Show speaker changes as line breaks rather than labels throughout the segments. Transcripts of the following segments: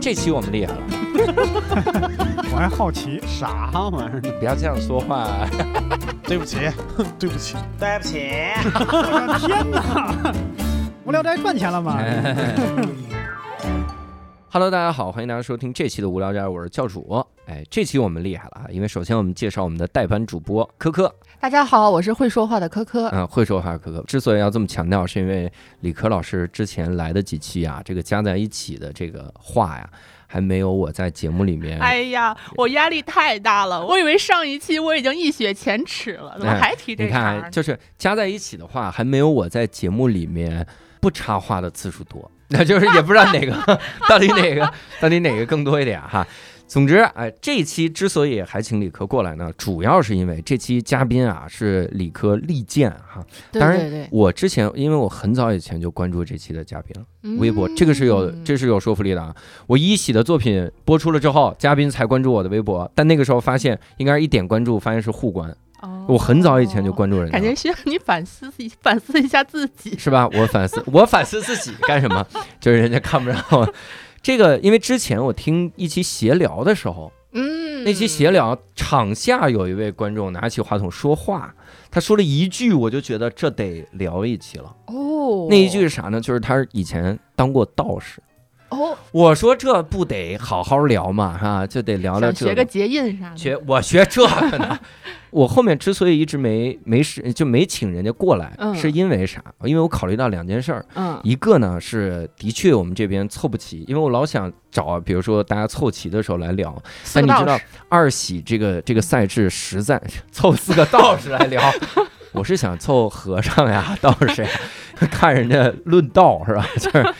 这期我们厉害了，
我还好奇，
啥玩意儿？
不要这样说话。
对不起，对不起，
对不起，
我的哎天哪！无聊斋赚钱了吗？
哎 Hello，大家好，欢迎大家收听这期的无聊斋，我是教主。哎，这期我们厉害了啊，因为首先我们介绍我们的代班主播科科，
大家好，我是会说话的科科。
嗯，会说话可可。之所以要这么强调，是因为理科老师之前来的几期啊，这个加在一起的这个话呀，还没有我在节目里面。
哎呀，我压力太大了，我以为上一期我已经一雪前耻了，怎么
哎
还提这
你
茬儿
看
呢？
啊，就是加在一起的话，还没有我在节目里面不插话的次数多。 那就是也不知道哪个 到底哪个到底哪个更多一点哈。总之，哎，这一期之所以还请理科过来呢，主要是因为这期嘉宾啊是理科利剑哈。
对
当然
对对，
我之前因为我很早以前就关注这期的嘉宾了。微博，这个是有
嗯
这是有说服力的啊！我一喜的作品播出了之后，嘉宾才关注我的微博，但那个时候发现应该是一点关注，发现是互关。
哦
我很早以前就关注人家
感觉
了，
需要你反思一反思一下自己。
是吧？我反思，我反思自己干什么？就是人家看不上我。这个，因为之前我听一期闲聊的时候，
嗯，
那期闲聊场下有一位观众拿起话筒说话，他说了一句，我就觉得这得聊一期了。
哦，
那一句是啥呢？就是他以前当过道士。
哦，
我说这不得好好聊嘛，哈、就得聊聊
想
这
学个结印啥的，
学我学这个 呢。我后面之所以一直没没事就没请人家过来，
嗯
是因为啥？因为我考虑到两件事儿，
嗯
一个呢是的确我们这边凑不齐，因为我老想找，比如说大家凑齐的时候来聊。
四
但
个
哎你
道
知道
士
二喜这个这个赛制实在 凑四个道士来聊，我是想凑和尚呀、道士呀， 看人家论道是吧？ 就是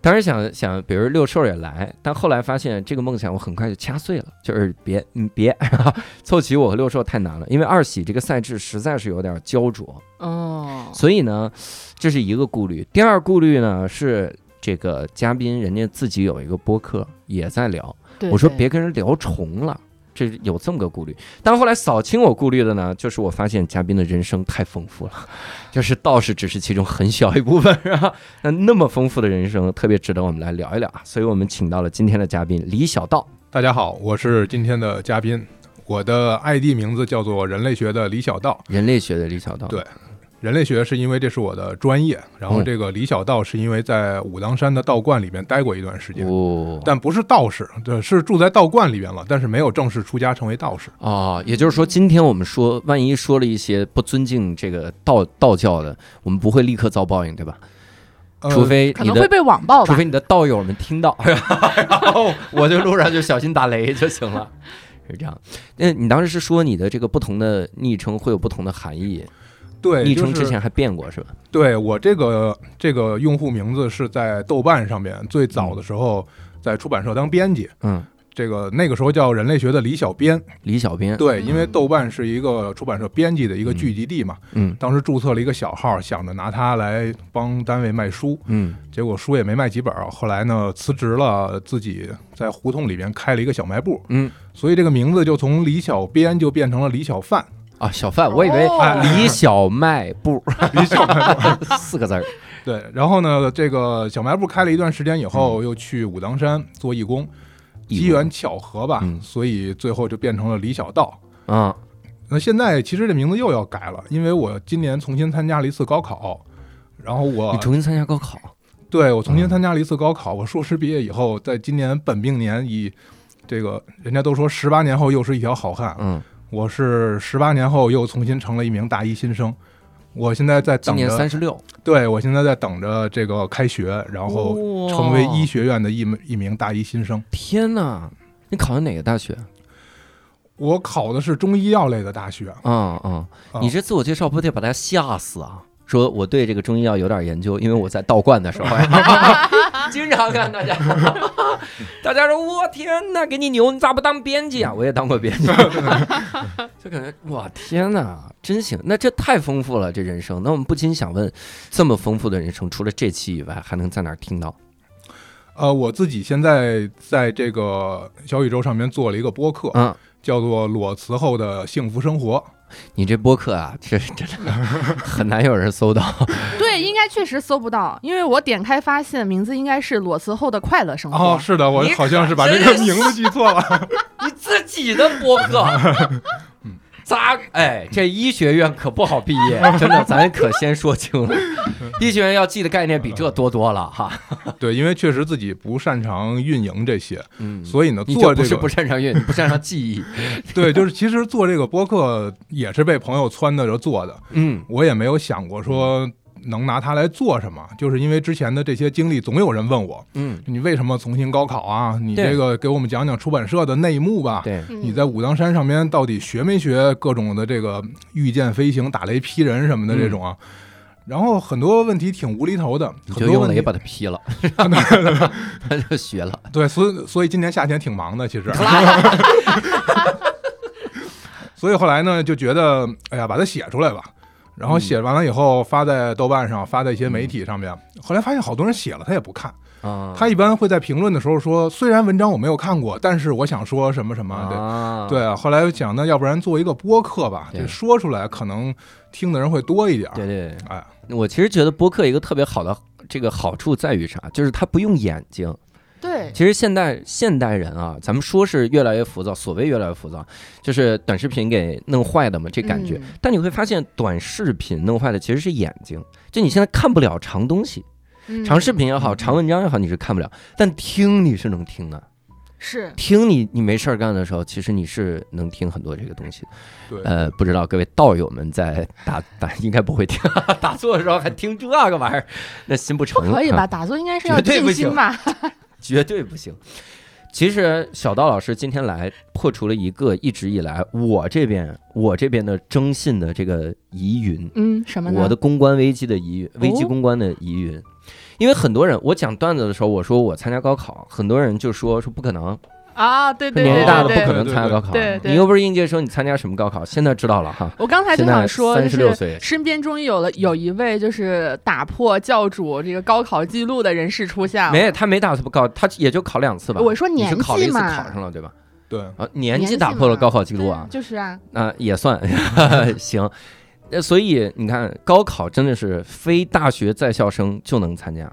当时想想，比如六兽也来，但后来发现这个梦想我很快就掐碎了，就是别嗯别 凑齐我和六兽太难了，因为二喜这个赛制实在是有点焦灼，
哦，
所以呢，这是一个顾虑。第二顾虑呢是这个嘉宾人家自己有一个播客也在聊。
对
我说
对
别跟人聊重了，这是有这么个顾虑。但后来扫清我顾虑的呢，就是我发现嘉宾的人生太丰富了， 就是道士只是其中很小一部分， 是吧？那那么丰富的人生，特别值得我们来聊一聊啊。所以我们请到了今天的嘉宾李小道。
大家好，我是今天的嘉宾，我的 ID 名字叫做人类学的李小道。
人类学的李小道，
对人类学是因为这是我的专业，然后
嗯
这个李小道是因为在武当山的道观里面待过一段时间，
哦，
但不是道士，对，是住在道观里面了，但是没有正式出家成为道士。
哦，也就是说，今天我们说，万一说了一些不尊敬这个道道教的，我们不会立刻遭报应，对吧？
呃
除非
可
你
能会
的，
被网暴
除
吧？
非你的道友们听到， 然后我就路上就小心打雷就行了，是这样。那你当时是说你的这个不同的昵称会有不同的含义，
对，
昵
就
称
是
之前还变过是吧？
对我这个这个用户名字是在豆瓣上面最早的时候在出版社当编辑，
嗯，
这个那个时候叫人类学的李小编。
李小编，
对，因为豆瓣是一个出版社编辑的一个聚集地嘛，
嗯
当时注册了一个小号，想着拿它来帮单位卖书，
嗯，
结果书也没卖几本儿。后来呢，辞职了，自己在胡同里面开了一个小卖部，
嗯，
所以这个名字就从李小编就变成了李 小贩。
啊，小贩，我以为啊
哦
李小卖部， 李小卖部四个字儿，
对，然后呢，这个小卖部开了一段时间以后，又去武当山做义工，
嗯义
机
工
缘巧合吧，
嗯
所以最后就变成了李小道。
啊，
那现在其实这名字又要改了，因为我今年重新参加了一次高考，然后我
你重新参加高考，
对我重新
嗯
参加了一次高考，我硕士毕业以后，在今年本命年以这个人家都说十八年后又是一条好汉，
嗯，
我是十八年后又重新成了一名大一新生。我现在在
今
等
年
着，
三十六，
对我现在在等着这个开学，然后成为医
哇
学院的一名一名大一新生。
天哪，你考的哪个大学？
我考的是中医药类的大学，
啊啊！
啊
你这自我介绍不得把他吓死啊！说我对这个中医药有点研究，因为我在道观的时候呀，经常看大家，大家说我天哪，给你牛，你咋不当编辑啊？我也当过编辑，就感觉哇天哪，真行！那这太丰富了，这人生。那我们不禁想问，这么丰富的人生，除了这期以外，还能在哪儿听到？
呃，我自己现在在这个小宇宙上面做了一个播客，
嗯
叫做《裸辞后的幸福生活》。
你这播客啊，这真的很难有人搜到。
对，应该确实搜不到，因为我点开发现名字应该是裸辞后的快乐生活。
哦，是的，我
你
好像是把
可
这个
真
名字记错了。
你自己的播 客
嗯。
咋？哎，这医学院可不好毕 业，真的，咱可先说清了。医学院要记的概念比这多多了哈。
对，因为确实自己不擅长运营这些，
嗯，
所以呢，
你
做
不
这
是
个
不擅长阅，你不擅长记忆。
对，就是其实做这个播客也是被朋友撺掇着做的，
嗯，
我也没有想过说能拿它来做什么，就是因为之前的这些经历，总有人问我，
嗯，
你为什么重新高考啊？你
对
这个给我们讲讲出版社的内幕吧。
对，
嗯
你在武当山上面到底学没学各种的这个御剑飞行、打雷劈人什么的
嗯
这种啊？然后很多问题挺无厘头的，
你
很
就
多
用
问
雷
题
把它劈 了， 他就学了。
对，所以所以今年夏天挺忙的，其实。所以后来呢，就觉得哎呀，把它写出来吧。然
嗯
后写完了以后，发在豆瓣上，发在一些媒体上面。后来发现好多人写了，他也不看。
啊，
他一般会在评论的时候说，虽然文章我没有看过，但是我想说什么什么。对
啊，
对啊，后来我想，那要不然做一个播客吧，
对
这说出来可能听的人会多一点。
对对，
哎，
我其实觉得播客一个特别好的这个好处在于啥？就是它不用眼睛。
对，
其实现代现代人啊，咱们说是越来越浮躁，所谓越来越浮躁，就是短视频给弄坏的嘛，这感觉。
嗯
但你会发现，短视频弄坏的其实是眼睛，就你现在看不了长东西，
嗯
长视频也好，长文章也好，你是看不了，但听你是能听的。
是
听你你没事儿干的时候，其实你是能听很多这个东西的。
对
呃，不知道各位道友们在打打，应该不会听， 打坐的时候还听这个玩意儿，那心不
不
诚了。
可以
啊
吧？打坐应该是要
绝对不
静
行
心吧？
绝对不行。其实小道老师今天来破除了一个一直以来我这边我这边的征信的这个疑云，
嗯，什么呢？
我的公关危机的疑云，危机公关的疑云。因为很多人，我讲段子的时候，我说我参加高考，很多人就说说不可能，
啊，对对
年
对
纪大了
对
不
对
可能参加高考。啊
对对对
你又不是应届生，你参加什么高考？现在知道了哈，
我刚才就
现在
想说，
三
就
十六
是
岁，
身边终于有了有一位就是打破教主这个高考记录的人士出现了。
没他没打算不考，他也就考两次吧。
我说
你
年
是考了一
纪
次
嘛，
考上了对吧？
对，
啊，年
年
纪
纪
打破了
嘛
高考记录
对
啊，
就是啊，
啊、也算 行。呃，所以你看，高考真的是非大学在校生就能参加，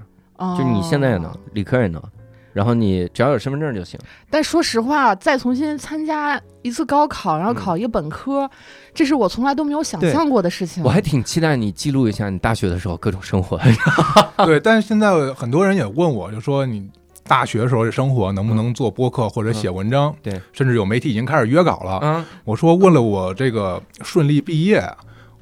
就
就
是你现在也
哦
能，理科也能，然后你只要有身份证就行。
但说实话，再重新参加一次高考，然后考一个本科，这是我从来都没有想
嗯对
象过的事情。
我还挺期待你记录一下你大学的时候各种生活。
对，但是现在很多人也问我，就说你大学时候的生活能不能做播客或者写文章？
嗯对，
甚至有媒体已经开始约稿了。
啊
我说问了我这个顺利毕业，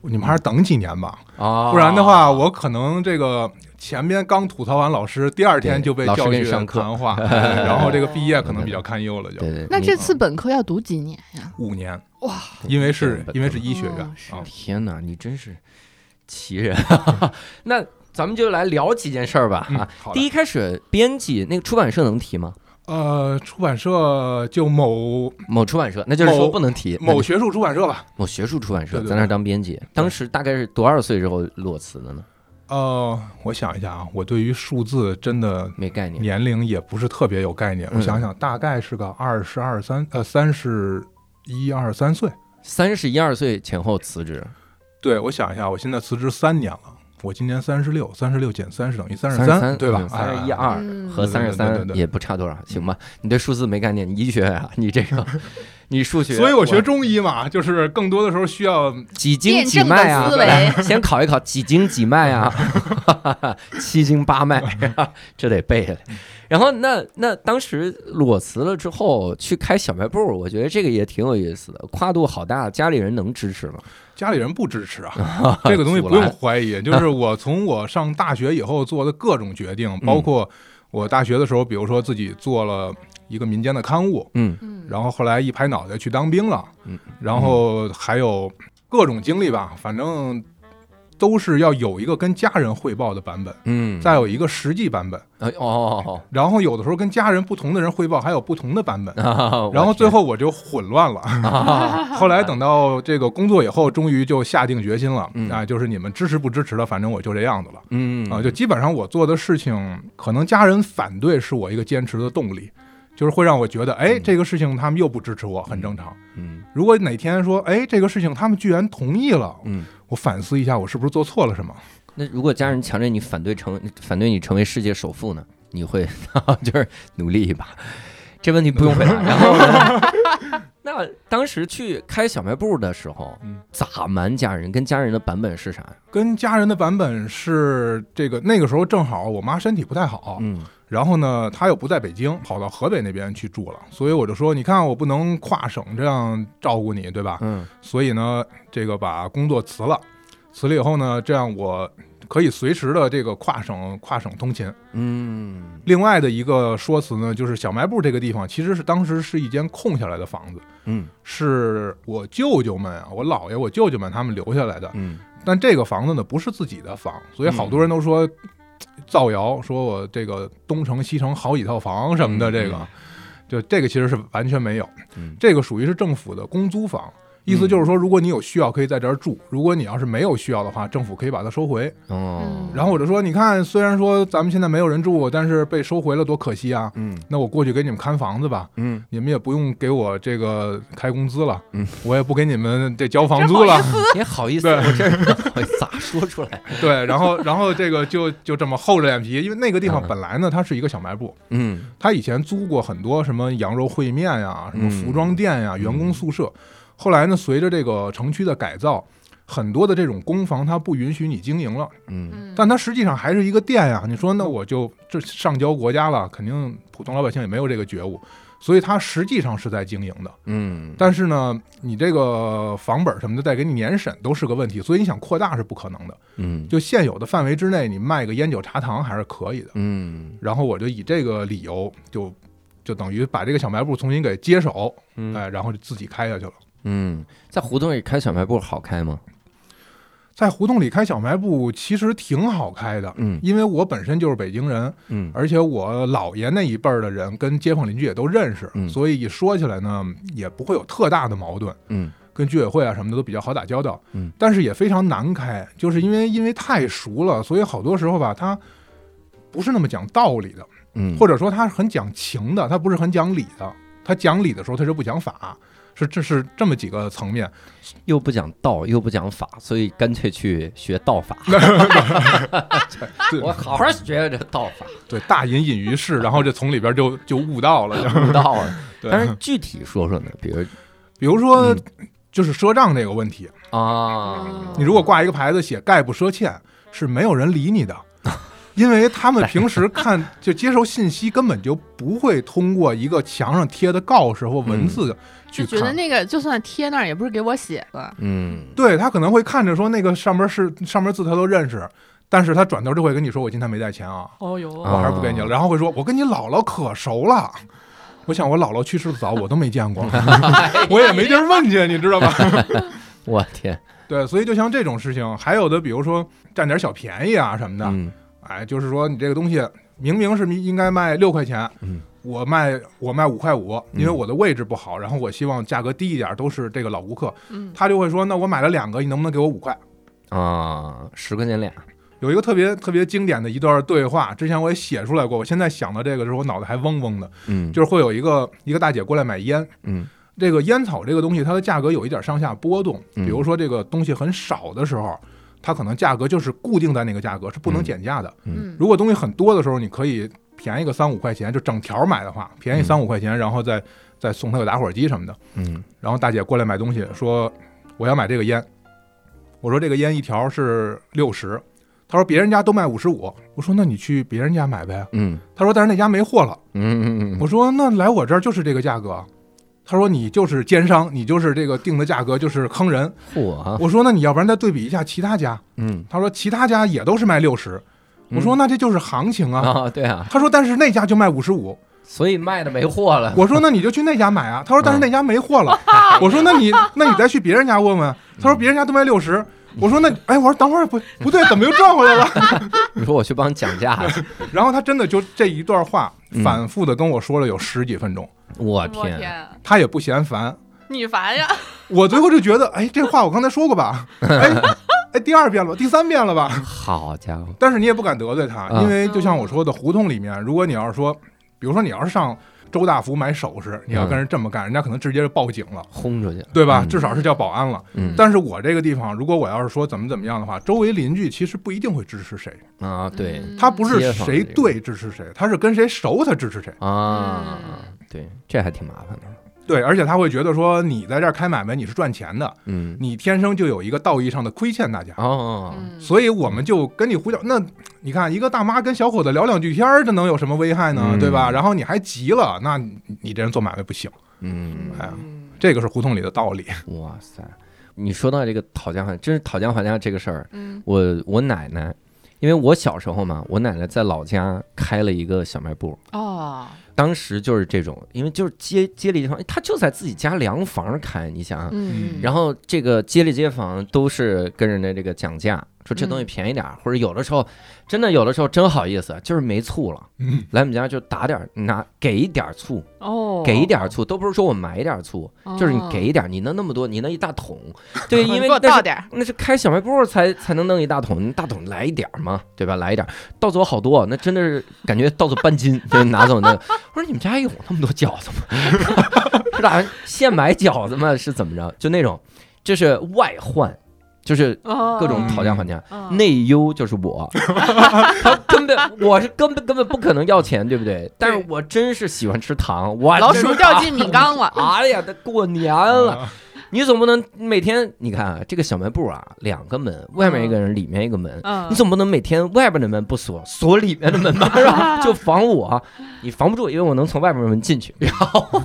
你们还是等几年吧，
啊
不然的话，我可能这个前边刚吐槽完老师，第二天
对
就被
老师
教
给你
育
上课
谈话，哎然后这个毕业可能比较堪忧了，就
对对，
那
你
这次本科要读几年呀？
五年，
哇，
因为是
对
因为是医学院
哦是
啊，
天哪，你真是奇人。 那咱们就来聊几件事儿吧。
嗯
啊，
好的
第一开始，编辑那个出版社能提吗？
呃，出版社就某
某出版社，那就是说
某
不能提。那就
某学术出版社吧，
某学术出版社
对对
在那儿当编辑，当时大概是多少岁之后裸辞的呢？
呃，我想一下啊，我对于数字真的
没概念。
年龄也不是特别有概念，
嗯
我想想，大概是个二十二三呃三十一二三岁。
三十一二岁前后辞职，
对，我想一下，我现在辞职三年了，我今年三十六，三十六减三十等于三十
33
三，对吧？
三十一
哎
二
嗯
和三十
对对
三
对对
也不差多少，行吧？你对数字没概念，你医学啊， 你这个，你数学，
所以我学中医嘛，就是更多的时候需要
几经几脉啊
辩证的思，
先考一考几经几脉啊， 七经八脉，啊 这得背下来。然后那那当时裸辞了之后去开小卖部，我觉得这个也挺有意思的，跨度好大，家里人能支持吗？
家里人不支持啊，这个东西不用怀疑。就是我从我上大学以后做的各种决定，包括我大学的时候，比如说自己做了一个民间的刊物，
嗯，
嗯，
然后后来一拍脑袋去当兵了
嗯，
然后还有各种经历吧，反正都是要有一个跟家人汇报的版本，
嗯，
再有一个实际版本，
哎哦，
然后有的时候跟家人不同的人汇报还有不同的版本。
啊
然后最后我就混乱了， 后来等到这个工作以后，终于就下定决心了
嗯，
啊，就是你们支持不支持了，反正我就这样子了
嗯
啊，就基本上我做的事情，可能家人反对是我一个坚持的动力，就是会让我觉得，哎，
嗯
这个事情他们又不支持我，很正常。
嗯
如果哪天说，哎，这个事情他们居然同意了，
嗯。
我反思一下，我是不是做错了什么？
那如果家人强烈你反对成反对你成为世界首富呢？你会 就是努力一把，这问题不用回答。然后， 那当时去开小卖部的时候
嗯，
咋瞒家人？跟家人的版本是啥呀？
跟家人的版本是这个，那个时候正好我妈身体不太好，
嗯
然后呢，她又不在北京，跑到河北那边去住了，所以我就说，你看我不能跨省这样照顾你，对吧？
嗯
所以呢，这个把工作辞了，辞了以后呢，这样我可以随时的这个跨省跨省通勤。
嗯
另外的一个说辞呢，就是小卖部这个地方其实是当时是一间空下来的房子，
嗯
是我舅舅们啊，我姥爷、我舅舅们他们留下来的。
嗯
但这个房子呢，不是自己的房，所以好多人都说、呃造谣，说我这个东城西城好几套房什么的，
嗯
这个、
嗯
就这个其实是完全没有，
嗯
这个属于是政府的公租房。意思就是说，如果你有需要，可以在这儿住；如果你要是没有需要的话，政府可以把它收回。
嗯
哦
然后我就说，你看，虽然说咱们现在没有人住，但是被收回了多可惜啊！
嗯
那我过去给你们看房子吧，
嗯
你们也不用给我这个开工资了，
嗯
我也不给你们这交房租了，
也好意思，
对
我这是不好意思咋说出来？
对，然后然后这个就就这么厚着脸皮，因为那个地方
嗯
本来呢，它是一个小卖部，
嗯
它以前租过很多什么羊肉烩面呀、什么服装店呀、
嗯
员工宿舍，后来呢，随着这个城区的改造。很多的这种公房，它不允许你经营了，
嗯
嗯
但它实际上还是一个店呀。你说那我就这上交国家了，肯定普通老百姓也没有这个觉悟，所以它实际上是在经营的。
嗯，
但是呢，你这个房本什么的再给你年审都是个问题，所以你想扩大是不可能的。
嗯
就现有的范围之内，你卖个烟酒茶糖还是可以的。
嗯
然后我就以这个理由就。就等于把这个小卖部重新给接手，
嗯
哎，然后就自己开下去了。
嗯，在胡同里开小卖部好开吗？
在胡同里开小卖部其实挺好开的，
嗯
因为我本身就是北京人，
嗯
而且我姥爷那一辈儿的人跟街坊邻居也都认识，
嗯
所以一说起来呢，也不会有特大的矛盾。
嗯
跟居委会啊什么的都比较好打交道，
嗯，
但是也非常难开，就是因为因为太熟了，所以好多时候吧，他不是那么讲道理的，
嗯，
或
者
者说他是很讲情的，他不是很讲理的，他讲理的时候他就不讲法，是这是这么几个层面，
又不讲道又不讲法，所以干脆去学道法。
对
我好好学这道 法，
对，大隐隐于市，然后这从里边就就悟到 了，就
悟道啊了。
对，
但是具体说说呢，比如
比如说
嗯
就是赊账这个问题，
啊，
你如果挂一个牌子写“概不赊
嗯
欠”，是没有人理你的，因为他们平时看就接收信息根本就不会通过一个墙上贴的告示或文字去
就觉得
看。
那个就算贴那儿也不是给我写的，
嗯
对他可能会看着说那个上面是上面字他都认识，但是他转头就会跟你说我今天没带钱啊，
哦哟，
啊
我还是不给你了，然后会说我跟你姥姥可熟了。我想我姥姥去世的早，我都没见过，我也没地儿问去，你知道吧？
我天，
对，所以就像这种事情，还有的比如说占点小便宜啊什么的，
嗯
哎，就是说你这个东西明明是应该卖六块钱，
嗯
我卖我卖五块五，因为我的位置不好，然后我希望价格低一点，都是这个老顾客，
嗯，
他就会说，那我买了两个，你能不能给我五块？
啊，十块钱俩，
有一个特别特别经典的一段对话，之前我也写出来过，我现在想到这个时候，我脑袋还嗡嗡的，
嗯
就是会有一个一个大姐过来买烟，
嗯
这个烟草这个东西，它的价格有一点上下波动。
嗯
比如说这个东西很少的时候，它可能价格就是固定在那个价格，是不能
嗯
减价的。
嗯
如果东西很多的时候，你可以便宜个三五块钱，就整条买的话，便宜
嗯
三五块钱，然后再再送他个打火机什么的。
嗯
然后大姐过来买东西，说我要买这个烟，我说这个烟一条是六十，她说别人家都卖五十五，我说那你去别人家买呗，
嗯
她说但是那家没货了。
嗯
我
嗯
说那来我这儿就是这个价格。他说你就是奸商，你就是这个定的价格就是坑人。
嚯，
我说那你要不然再对比一下其他家。
嗯
他说其他家也都是卖六十。我说那这就是行情啊。
啊，对啊，
他说但是那家就卖五十五。
所以卖的没货了，
我说那你就去那家买啊。他说但是那家没货了。我说那你那你再去别人家问问。他说别人家都卖六十。我说那哎，我说等会儿不不对，怎么又转回来了？
你 说我去帮你讲价去，
然后他真的就这一段话
嗯
反复的跟我说了有十几分钟，
我
我
天，
天，
他也不嫌烦，
嗯你烦
啊
呀，
我最后就觉得，哎，这话我刚才说过吧？哎，哎，第二遍了吧，第三遍了吧？
好家伙，
但是你也不敢得罪他，
啊
因为就像我说的，胡同里面，如果你要是说，比如说你要是上周大福买首饰，你要跟人这么干，人家可能直接就报警了，
轰出去了，
对吧？
嗯
至少是叫保安了。
嗯
但是我这个地方，如果我要是说怎么怎么样的话，周围邻居其实不一定会支持谁，
啊，对
嗯
他不
街
是
坊
谁
这个
对支持谁，他是跟谁熟他支持谁。
嗯啊，对，这还挺麻烦的，
对，而且他会觉得说你在这儿开买卖你是赚钱的，
嗯，
你天生就有一个道义上的亏欠大家。
嗯
哦，
嗯
所以我们就跟你胡搅，那你看一个大妈跟小伙子聊两句天儿，这能有什么危害呢？
嗯
对吧？然后你还急了，那你你这人做买卖不行，
嗯，
哎呀，这个是胡同里的道理。
哇塞，你说到这个讨价还，真是讨价还价这个事儿，
嗯
我我奶奶，因为我小时候嘛，我奶奶在老家开了一个小卖部，
哦，
当时就是这种，因为就是街街里街坊，她就在自己家凉房开，你想，啊
嗯，
然后这个街里街坊都是跟人家这个讲价，说这东西便宜点儿，或者有的时候真的有的时候真好意思，就是没醋了，
嗯，
来我们家就打点儿拿给一点儿醋，
哦，
给一点儿醋，都不是说我买一点儿醋，
哦
就是你给一点儿，你弄那么多，你弄一大桶， 对，因为
给我
那
倒
是
点儿，
那是开小卖部儿才才能弄一大桶，大桶来一点儿嘛，对吧？来一点儿，盗走好多，那真的是感觉盗走半斤，就拿走那个。 我说你们家有那么多饺子吗？ 是咋现买饺子吗？是怎么着？就那种，这是外患，就是哦各
各
种讨价还价。
那
内忧就是我，他根本我是根本根本不可能要钱，对不对？但是我真是喜欢吃糖，我
老
真
鼠嗯
是
掉进米缸了，
哎呀，都过年了，
啊
你总不能每天你看啊，这个小卖部啊，两个门，外面一个人，里面一个门。
嗯，
你总不能每天外边的门不锁，锁里面的门吧，是 吧？就防我，你防不住，因为我能从外面的门进去。然 后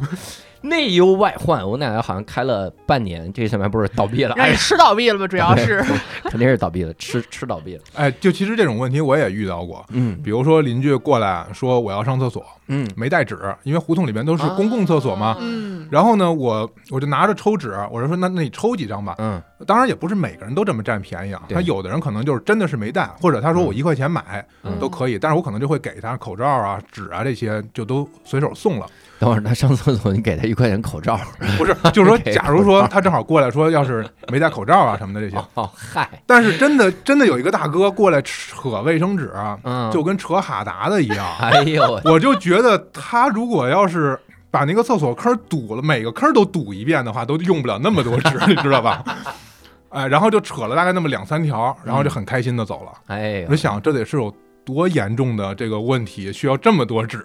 内忧外患，我奶奶好像开了半年，这个小卖部倒闭了，
让
哎
你，吃倒闭了吧？主要 是，
肯定是倒闭了，吃吃倒闭了。
哎，就其实这种问题我也遇到过，
嗯
比如说邻居过来说我要上厕所，
嗯
没带纸，因为胡同里面都是公共厕所嘛。
啊
嗯，
然后呢，我我就拿着抽纸，我就说那那你抽几张吧。
嗯
当然也不是每个人都这么占便宜啊，
对
他有的人可能就是真的是没带，或者他说我一块钱买
嗯
都可以，但是我可能就会给他口罩啊、纸啊这些就都随手送了。
等会儿他上厕所，你给他一块钱口罩。
不是，就是说，
给
假如说他正好过来说要是没戴口罩啊什么的这些，
哦，嗨，
但是真的真的有一个大哥过来扯卫生纸啊，
嗯，
就跟扯哈达的一样，
哎呦 喂，
我就觉得他如果要是。把那个厕所坑堵了，每个坑都堵一遍的话，都用不了那么多纸，你知道吧？哎，然后就扯了大概那么两三条，然后就很开心的走了。
哎呦
我就，想，这得是有多严重的这个问题，需要这么多纸？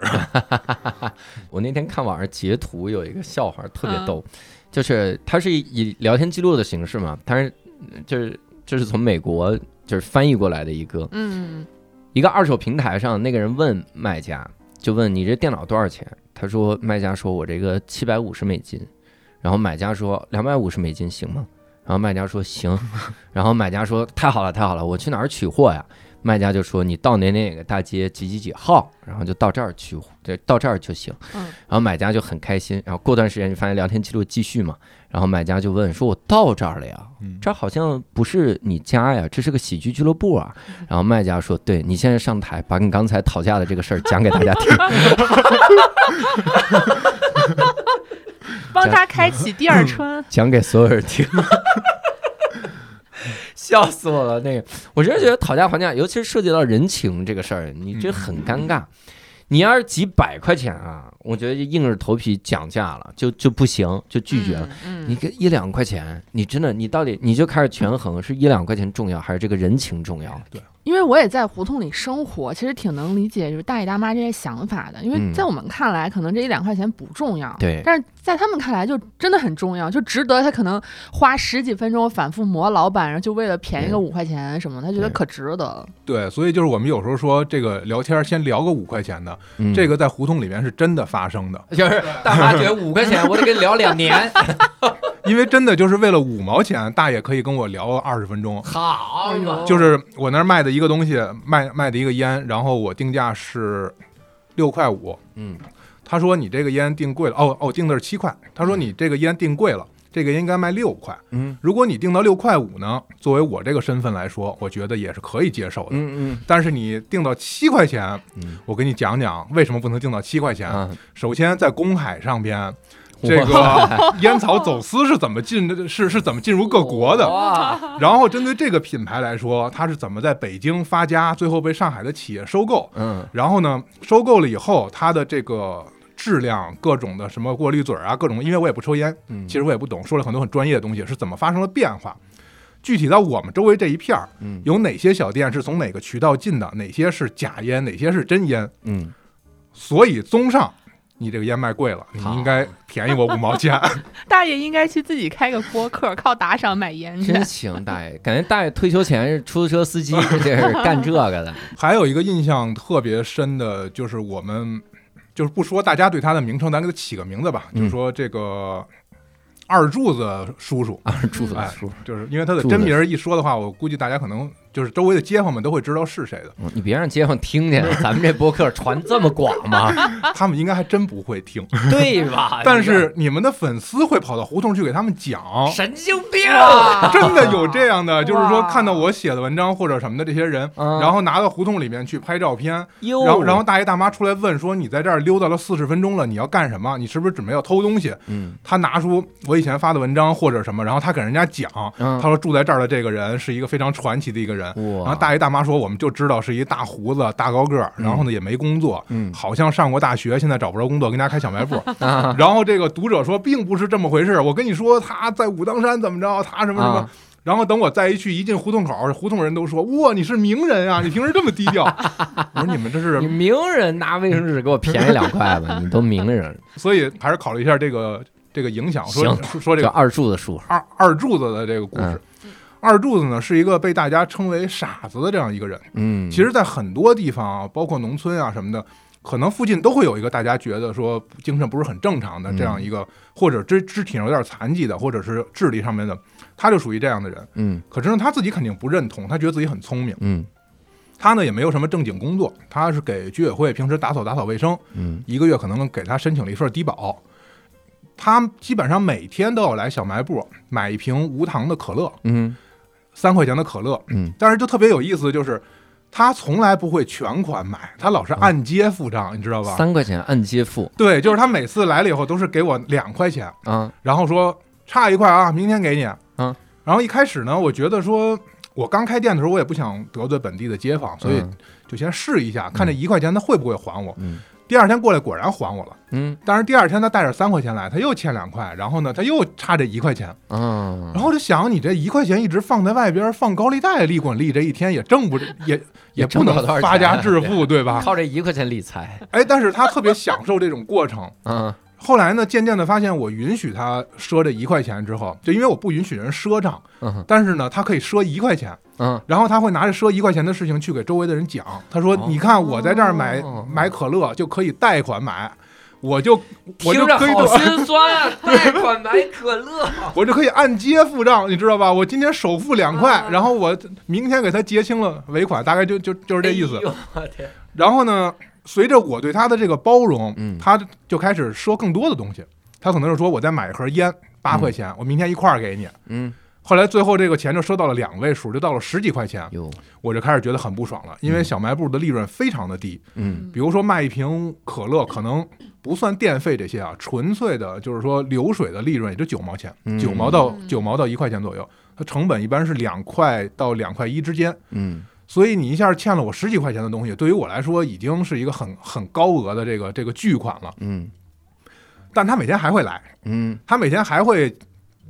我那天看网上截图有一个笑话特别
嗯
逗，就是它是以聊天记录的形式嘛，它是就是就是从美国就是翻译过来的一个
嗯，
一个二手平台上，那个人问卖家，就问你这电脑多少钱？他说卖家说我这个七百五十美金，然后买家说两百五十美金行吗？然后卖家说行，然后买家说太好了太好了，我去哪儿取货呀？卖家就说你到哪哪个大街几几几号，然后就到这儿取，对，到这儿就行。
嗯
然后买家就很开心，然后过段时间就发现聊天记录继续嘛，然后买家就问说我到这儿了呀，
嗯
这好像不是你家呀，这是个喜剧俱乐部啊。然后卖家说：“对你现在上台，把你刚才讨价的这个事儿讲给大家 听。
帮他开启第
嗯
二春，
讲给所有人听。笑死我了！那个，我真是觉得讨价还价，尤其是涉及到人情这个事儿，你这很尴尬。嗯你要是几百块钱啊，我觉得就硬着头皮讲价了，就就不行，就拒绝了。
嗯，
你
嗯，
个一两块钱，你真的，你到底你就开始权衡，是一两块钱重要，还是这个人情重要？
因为我也在胡同里生活，其实挺能理解就是大爷大妈这些想法的，因
嗯
为在我们看来，可能这一两块钱不重要，
对
但是在他们看来就真的很重要，就值得他可能花十几分钟反复磨老板，然后就为了便宜个
嗯
五块钱什么，他觉得
对
可值得。
对，所以就是我们有时候说这个聊天先聊个五块钱的，
嗯
这个在胡同里面是真的发生的，
就是大妈觉得五块钱，我得跟你聊两年。
因为真的就是为了五毛钱，大爷可以跟我聊二十分钟。哎
好嘛，
就是我那儿卖的一个东西，卖卖的一个烟，然后我定价是六块五，
嗯，
他说你这个烟定贵了，哦哦，定的是七块，他说你这个烟定贵了，这个烟应该卖六块，
嗯，
如果你定到六块五呢，作为我这个身份来说，我觉得也是可以接受的，
嗯
但是你定到七块钱，
嗯
我给你讲讲为什么不能定到七块钱。
嗯啊，
首先，在公海上边，这
哇
个烟草走私是怎么进的是是怎么进入 各国的？
哇，
然后针对这个品牌来说，它是怎么在北京发家，最后被上海的企业收购？
嗯
然后呢，收购了以后，它的这个。质量、各种的什么过滤嘴啊，各种，因为我也不抽烟，
嗯，
其实我也不懂，说了很多很专业的东西，是怎么发生了变化。具体到我们周围这一片儿，
嗯
有哪些小店是从哪个渠道进的，哪些是假烟，哪些是真烟？
嗯，
所以综上，你这个烟卖贵了，你应该便宜我五毛钱。
大爷应该去自己开个播客，靠打赏买烟
嗯
去。
真
啊
行，大爷，感觉大爷退休前是出租车司机， 这是干这个的。
还有一个印象特别深的，就是我们就是不说大家对他的名称，咱给他起个名字吧，
嗯
就说这个二柱子叔叔，
啊，住
哎
叔，
就是因为他的真名一说的话，我估计大家可能就是周围的街坊们都会知道是谁的，
嗯你别让街坊听见，咱们这播客传这么广吗？
他们应该还真不会听，
哎对吧？
但是你们的粉丝会跑到胡同去给他们讲。
神经病，
哇
真的有这样的，就是说
哇
看到我写的文章或者什么的这些人，
嗯
然后拿到胡同里面去拍照片，
哟，
然后，然后，大爷大妈出来问说：“你在这儿溜达了四十分钟了，你要干什么？你是不是准备要偷东西
嗯？”
他拿出我以前发的文章或者什么，然后他给人家讲，
嗯
他，说住在这儿的这个人是一个非常传奇的一个人。嗯然
哇，
后大爷大妈说：“我们就知道是一大胡子、大高个儿，然后呢也没工作，
嗯
好像上过大学，现在找不着工作，跟家开小 卖部。”
啊
然后这个读者说：“并不是这么回事，我跟你说他在武当山怎么着，他什么什么。
啊
然后等我再一去，一进胡同口，胡同人都说：“哇，你是名人啊！你平时这么低 调。”我说：“你们这是
你名人拿卫生纸给我便宜两块吧，你都名人，
所以还是考虑一下这个这个影响。说
行嗯
说 说这
叫
个
二柱子叔，
二二柱子的这个故事。二柱子呢是一个被大家称为傻子的这样一个人。
嗯，
其实，在很多地方啊，包括农村啊什么的，可能附近都会有一个大家觉得说精神不是很正常的
嗯
这样一个，或者肢肢体上有点残疾的，或者是智力上面的，他就属于这样的人。
嗯
可是呢，他自己肯定不认同，他觉得自己很聪明。
嗯
他呢也没有什么正经工作，他是给居委会平时打扫打扫卫生，
嗯
一个月可能给他申请了一份低保。他基本上每天都要来小卖部买一瓶无糖的可乐，
嗯
三块钱的可乐。
嗯，
但是就特别有意思，就是他从来不会全款买，他老是按揭付账，你知道吧？
嗯三块钱按揭付
对，就是他每次来了以后都是给我两块钱，
啊，
然后说差一块啊，明天给你。
嗯，
然后一开始呢，我觉得说。我刚开店的时候，我也不想得罪本地的街坊，所以
嗯
就先试一下，看这一块钱他会不会还我。
嗯
第二天过来，果然还我了。
嗯
但是第二天他带着三块钱来，他又欠两块，然后呢，他又差这一块钱，
啊
然，后我就想，你这一块钱一直放在外边，放高利贷利滚利，这一天也挣 不也也不能发家致富，啊对吧？
靠这一块钱理财
哎，但是他特别享受这种过程。
啊，
后来呢，渐渐的发现，我允许他赊这一块钱之后，就因为我不允许人赊账，
嗯
但是呢，他可以赊一块钱，
嗯
然后他会拿着赊一块钱的事情去给周围的人讲。他说：“
哦
你看，我在这儿买
哦
买可乐就可以贷款买，我就我就
听着
可以
好心酸啊，贷款买可 乐，
我就可以按揭付账，你知道吧？我今天首付两
啊
块，然后我明天给他结清了尾款，大概就就就是这意思
哎。呦我天，
然后呢，随着我对他的这个包容，
嗯
他就开始说更多的东西。他可能是说我再买一盒烟，八块钱，我明天一块儿给你。
嗯
后来最后这个钱就收到了两位数，就到了十几块钱，
哟，
我就开始觉得很不爽了，因为小卖部的利润非常的低。
嗯
比如说卖一瓶可乐，可能不算电费这些啊，纯粹的就是说流水的利润也就九毛钱
嗯，
九毛到九毛到一块钱左右，它成本一般是两块到两块一之间，
嗯
所以你一下欠了我十几块钱的东西，对于我来说已经是一个很很高额的这个这个巨款了。
嗯
但他每天还会来，
嗯
他每天还会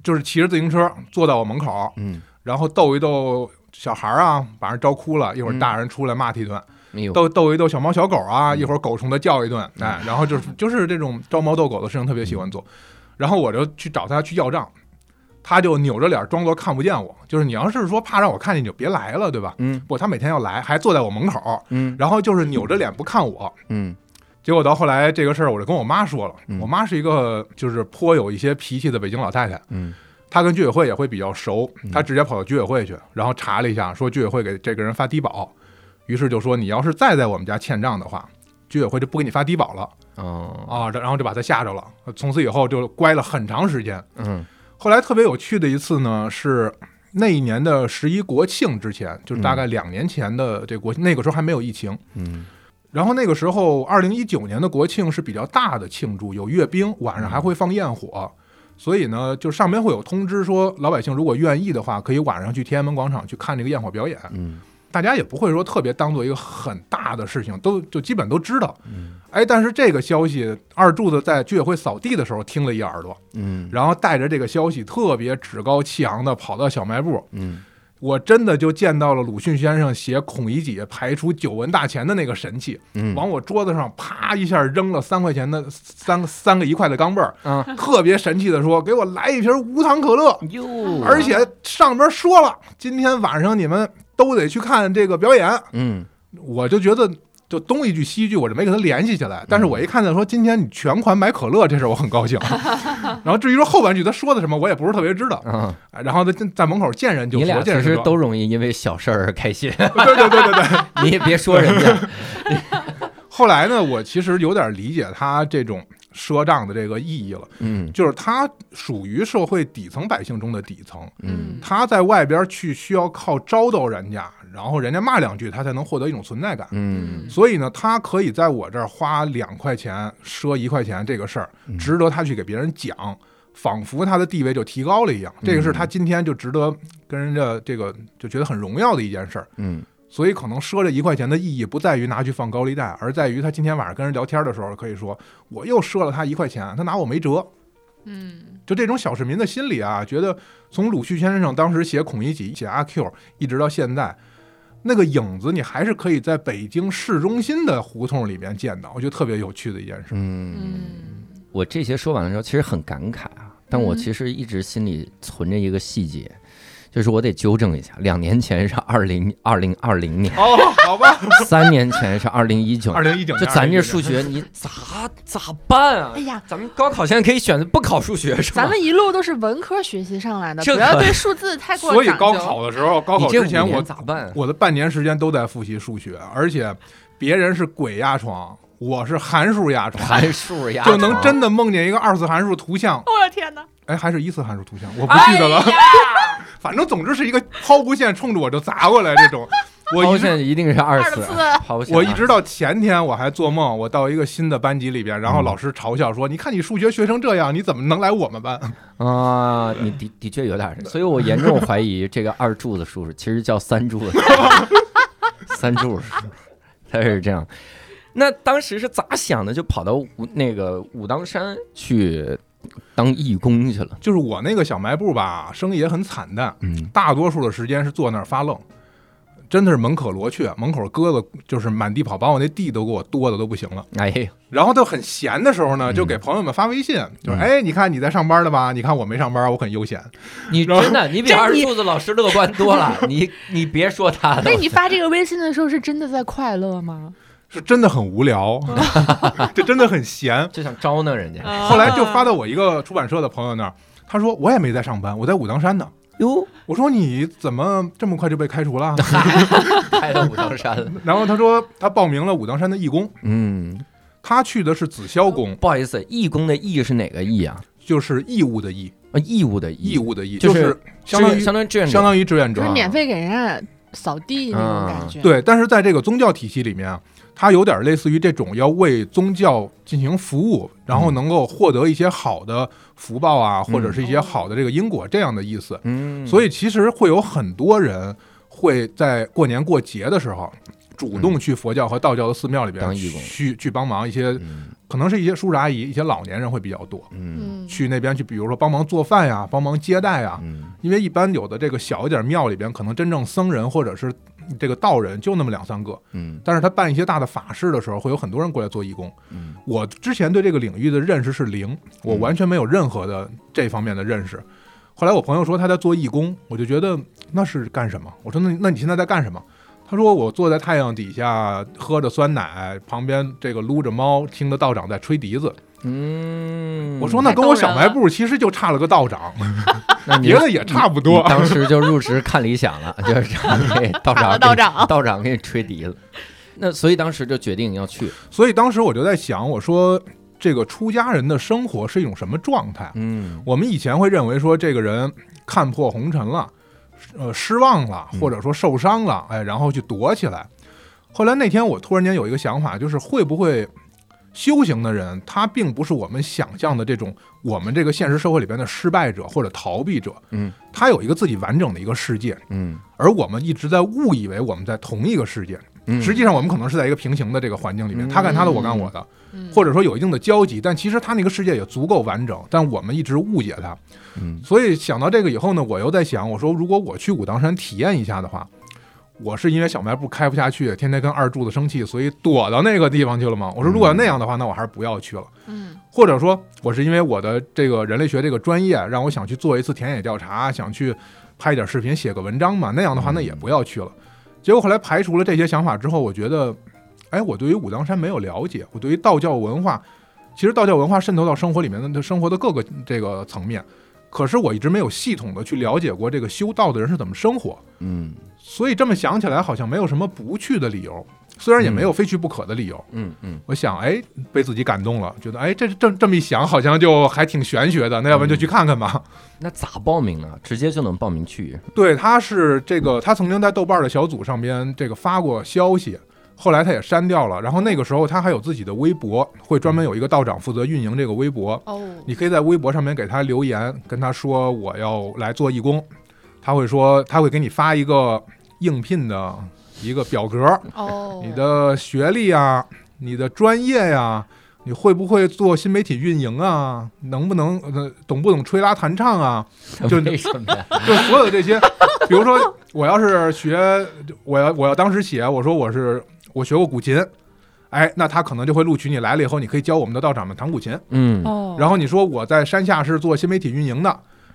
就是骑着自行车坐到我门口，
嗯，
然后逗一逗小孩儿啊，把人招哭了，一会
嗯
儿大人出来骂他一顿。
没有，
逗逗一逗小猫小狗啊，
嗯
一会儿狗冲它叫一顿，哎，然后就是就是这种招猫逗狗的事情特别喜欢做，
嗯
然后我就去找他去要账，他就扭着脸装作看不见我，就是你要是说怕让我看见你就别来了，对吧？
嗯
不，他每天要来，还坐在我门口，
嗯
然后就是扭着脸不看我。
嗯
结果到后来这个事儿，我就跟我妈说了
嗯，
我妈是一个就是颇有一些脾气的北京老太太，
嗯
她跟居委会也会比较熟
嗯，
她直接跑到居委会去，然后查了一下，说居委会给这个人发低保，于是就说你要是再在我们家欠账的话，居委会就不给你发低保了
哦
啊，然后就把他吓着了，从此以后就乖了很长时间。
嗯
后来特别有趣的一次呢是。那一年的十一国庆之前，就是大概两年前的这国庆，那个时候还没有疫情。
嗯
然后那个时候，二零一九年的国庆是比较大的庆祝，有阅兵，晚上还会放焰火，所以呢，就上面会有通知说，老百姓如果愿意的话，可以晚上去天安门广场去看这个焰火表演。
嗯
大家也不会说特别当做一个很大的事情，都就基本都知道。哎，但是这个消息，二柱子在居委会扫地的时候听了一耳朵，
嗯
然后带着这个消息，特别趾高气扬的跑到小卖部。
嗯，
我真的就见到了鲁迅先生写《孔乙己》排除九文大钱的那个神器，
嗯
往我桌子上啪一下扔了三块钱的三个三个一块的钢镚儿，
啊
特别神气的说：“给我来一瓶无糖可乐。”
哟，
而且上边说了，今天晚上你们都得去看这个表演。
嗯
我就觉得，就东一句西一句，我就没给他联系起来。
嗯
但是我一看见说今天你全款买可乐这事儿，我 很高兴。然后至于说后半句他说的什么，我也不是特别知道。
啊，
哎然后在在门口见人就
你
说，
俩
见
其
人
实
就说
都容易因为小事儿开心，
对对对对对。
你也别说人家，
后来呢，我其实有点理解他这种赊账的这个意义了，
嗯
就是他属于社会底层百姓中的底层，
嗯
他在外边去需要靠招逗人家，然后人家骂两句，他才能获得一种存在感。
嗯
所以呢，他可以在我这儿花两块钱赊一块钱这个事儿，
嗯
值得他去给别人讲，仿佛他的地位就提高了一样。这个是他今天就值得跟人家这个就觉得很荣耀的一件事儿。
嗯
所以可能赊这一块钱的意义不在于拿去放高利贷，而在于他今天晚上跟人聊天的时候可以说我又赊了他一块钱，他拿我没辙。
嗯，
就这种小市民的心理啊，觉得从鲁迅先生当时写《孔乙己》、写《阿 Q》，一直到现在，那个影子你还是可以在北京市中心的胡同里面见到，我觉得特别有趣的一件事。
嗯，我这些说完的时候，其实很感慨啊，但我其实一直心里存着一个细节，就是我得纠正一下，两年前是二零二零二零年，
哦，好吧，
三年前是二零一九
二零一 九
就
年，
咱这数学，你咋咋办啊？
哎呀，
咱们高考现在可以选择不考数学是吧？
咱们一路都是文科学习上来的，
这
不
可
要对数字太过
所以
讲
高
究
考的时候，高
你
考
这
之前
五年
我
咋办？啊
我的半年时间都在复习数学，而且别人是鬼压床，我是函数压床，
函数呀，
就能真的梦见一个二次函数图像，
我的天哪！
哎，还是一次函数图像，我不记得了。 反正总之是一个抛物线冲着我就砸过来这种，我
抛
一直
线一定是二次，啊
二
抛线
我一直到前天我还做梦，我到一个新的班级里边，然后老师嘲笑说：“你看你数学学成这样，你怎么能来我们班
啊，你的的确有点儿，所以我严重怀疑这个二柱子叔叔其实叫三柱子， 三柱叔叔，他是这样。那当时是咋想的？就跑到武那个武当山去当义工去了？”。
就是我那个小卖部吧，生意也很惨淡，
嗯
大多数的时间是坐那儿发愣，真的是门可罗雀，门口鸽子就是满地跑，把我那地都给我多的都不行了。
哎呀，
然后到很闲的时候呢，就给朋友们发微信，就是哎，你看你在上班的吧？你看我没上班，我很悠闲。
你
然后
真的，你比
这
二
你
柱子老师乐观多 了。你你别说他了
那，你发这个微信的时候是真的在快乐吗？
是真的很无聊， 就真的很闲。
就想招弄人家。
后来就发到我一个出版社的朋友那儿，他说我也没在上班，我在武当山呢。
哟，
我说你怎么这么快就被开除了？
开到武当山了。
然后他说他报名了武当山的义工，
嗯，
他去的是紫霄宫，
不好意思，义工的义是哪个义啊？
就是义务的义，
啊，义务的
义
义，
务的义，
就
就是是相当于
相当于志愿者
相当于志愿
就
者
是
啊，
免费给人家扫地那种感觉。，
对，但是在这个宗教体系里面啊，它有点类似于这种要为宗教进行服务，然
嗯
后能够获得一些好的福报啊，或者是
哦
一些好的这个因果这样的意思。
嗯，
所以其实会有很多人会在过年过节的时候。主动去佛教和道教的寺庙里边
嗯当义工
去去帮忙一些，
嗯
可能是一些叔叔阿姨、一些老年人会比较多，
嗯
嗯，
去那边去，比如说帮忙做饭呀、帮忙接待呀，
嗯
因为一般有的这个小一点庙里边，可能真正僧人或者是这个道人就那么两三个，
嗯
但是他办一些大的法事的时候，会有很多人过来做义工。
嗯
我之前对这个领域的认识是零，我
嗯
完全没有任何的这方面的认识。后来我朋友说他在做义工，我就觉得那是干什么？我说那那你现在在干什么？他说我坐在太阳底下喝着酸奶，旁边这个撸着猫，听着道长在吹笛子。
嗯，
我说那
太
跟
动
我
人
小卖
了
部其实就差了个道 长，
那你
别的也差不多
你。当时就入职看理想了， 就是给道
看
长
了道长，
道长给你吹笛子。那所以当时就决定要去，
所以当时我就在想，我说这个出家人的生活是一种什么状态？
嗯
我们以前会认为说这个人看破红尘了，呃，失望了，
嗯
或者说受伤了，哎，然后去躲起来。后来那天我突然间有一个想法，就是会不会修行的人他并不是我们想象的这种我们这个现实社会里边的失败者或者逃避者，
嗯，
他有一个自己完整的一个世界，
嗯
而我们一直在误以为我们在同一个世界。
嗯
实际上我们可能是在一个平行的这个环境里
嗯
面，他干他的，我干我的，
嗯
或者说有一定的交集，但其实他那个世界也足够完整，但我们一直误解他。
嗯
所以想到这个以后呢，我又在想，我说如果我去武当山体验一下的话，我是因为小卖部开不下去，天天跟二柱子生气，所以躲到那个地方去了吗？我说如果要那样的话，那我还是不要去了。
嗯
或者说，我是因为我的这个人类学这个专业，让我想去做一次田野调查，想去拍一点视频、写个文章嘛。那样的话，
嗯
那也不要去了。结果后来排除了这些想法之后，我觉得，哎，我对于武当山没有了解，我对于道教文化，其实道教文化渗透到生活里面的生活的各个这个层面，可是我一直没有系统的去了解过这个修道的人是怎么生活。
嗯
所以这么想起来，好像没有什么不去的理由，虽然也没有非去不可的理由。
嗯嗯，
我想，哎，被自己感动了，觉得，哎，这这这么一想，好像就还挺玄学的，那要不然就去看看吧。
那咋报名呢？直接就能报名去？
对，他是这个，他曾经在豆瓣的小组上边这个发过消息，后来他也删掉了。然后那个时候他还有自己的微博，会专门有一个道长负责运营这个微博，
哦，
你可以在微博上面给他留言，跟他说我要来做义工，他会说他会给你发一个应聘的一个表格，
哦，
你的学历啊，你的专业呀、你会不会做新媒体运营啊？能不能呃，懂不懂吹拉弹唱啊？就
为什么呀？
就所有的这些，比如说我要是学，我要我要当时写，我说我是我学过古琴，哎，那他可能就会录取你来了以后，你可以教我们的道长们弹古琴。
嗯，
哦，
然后你说我在山下是做新媒体运营的，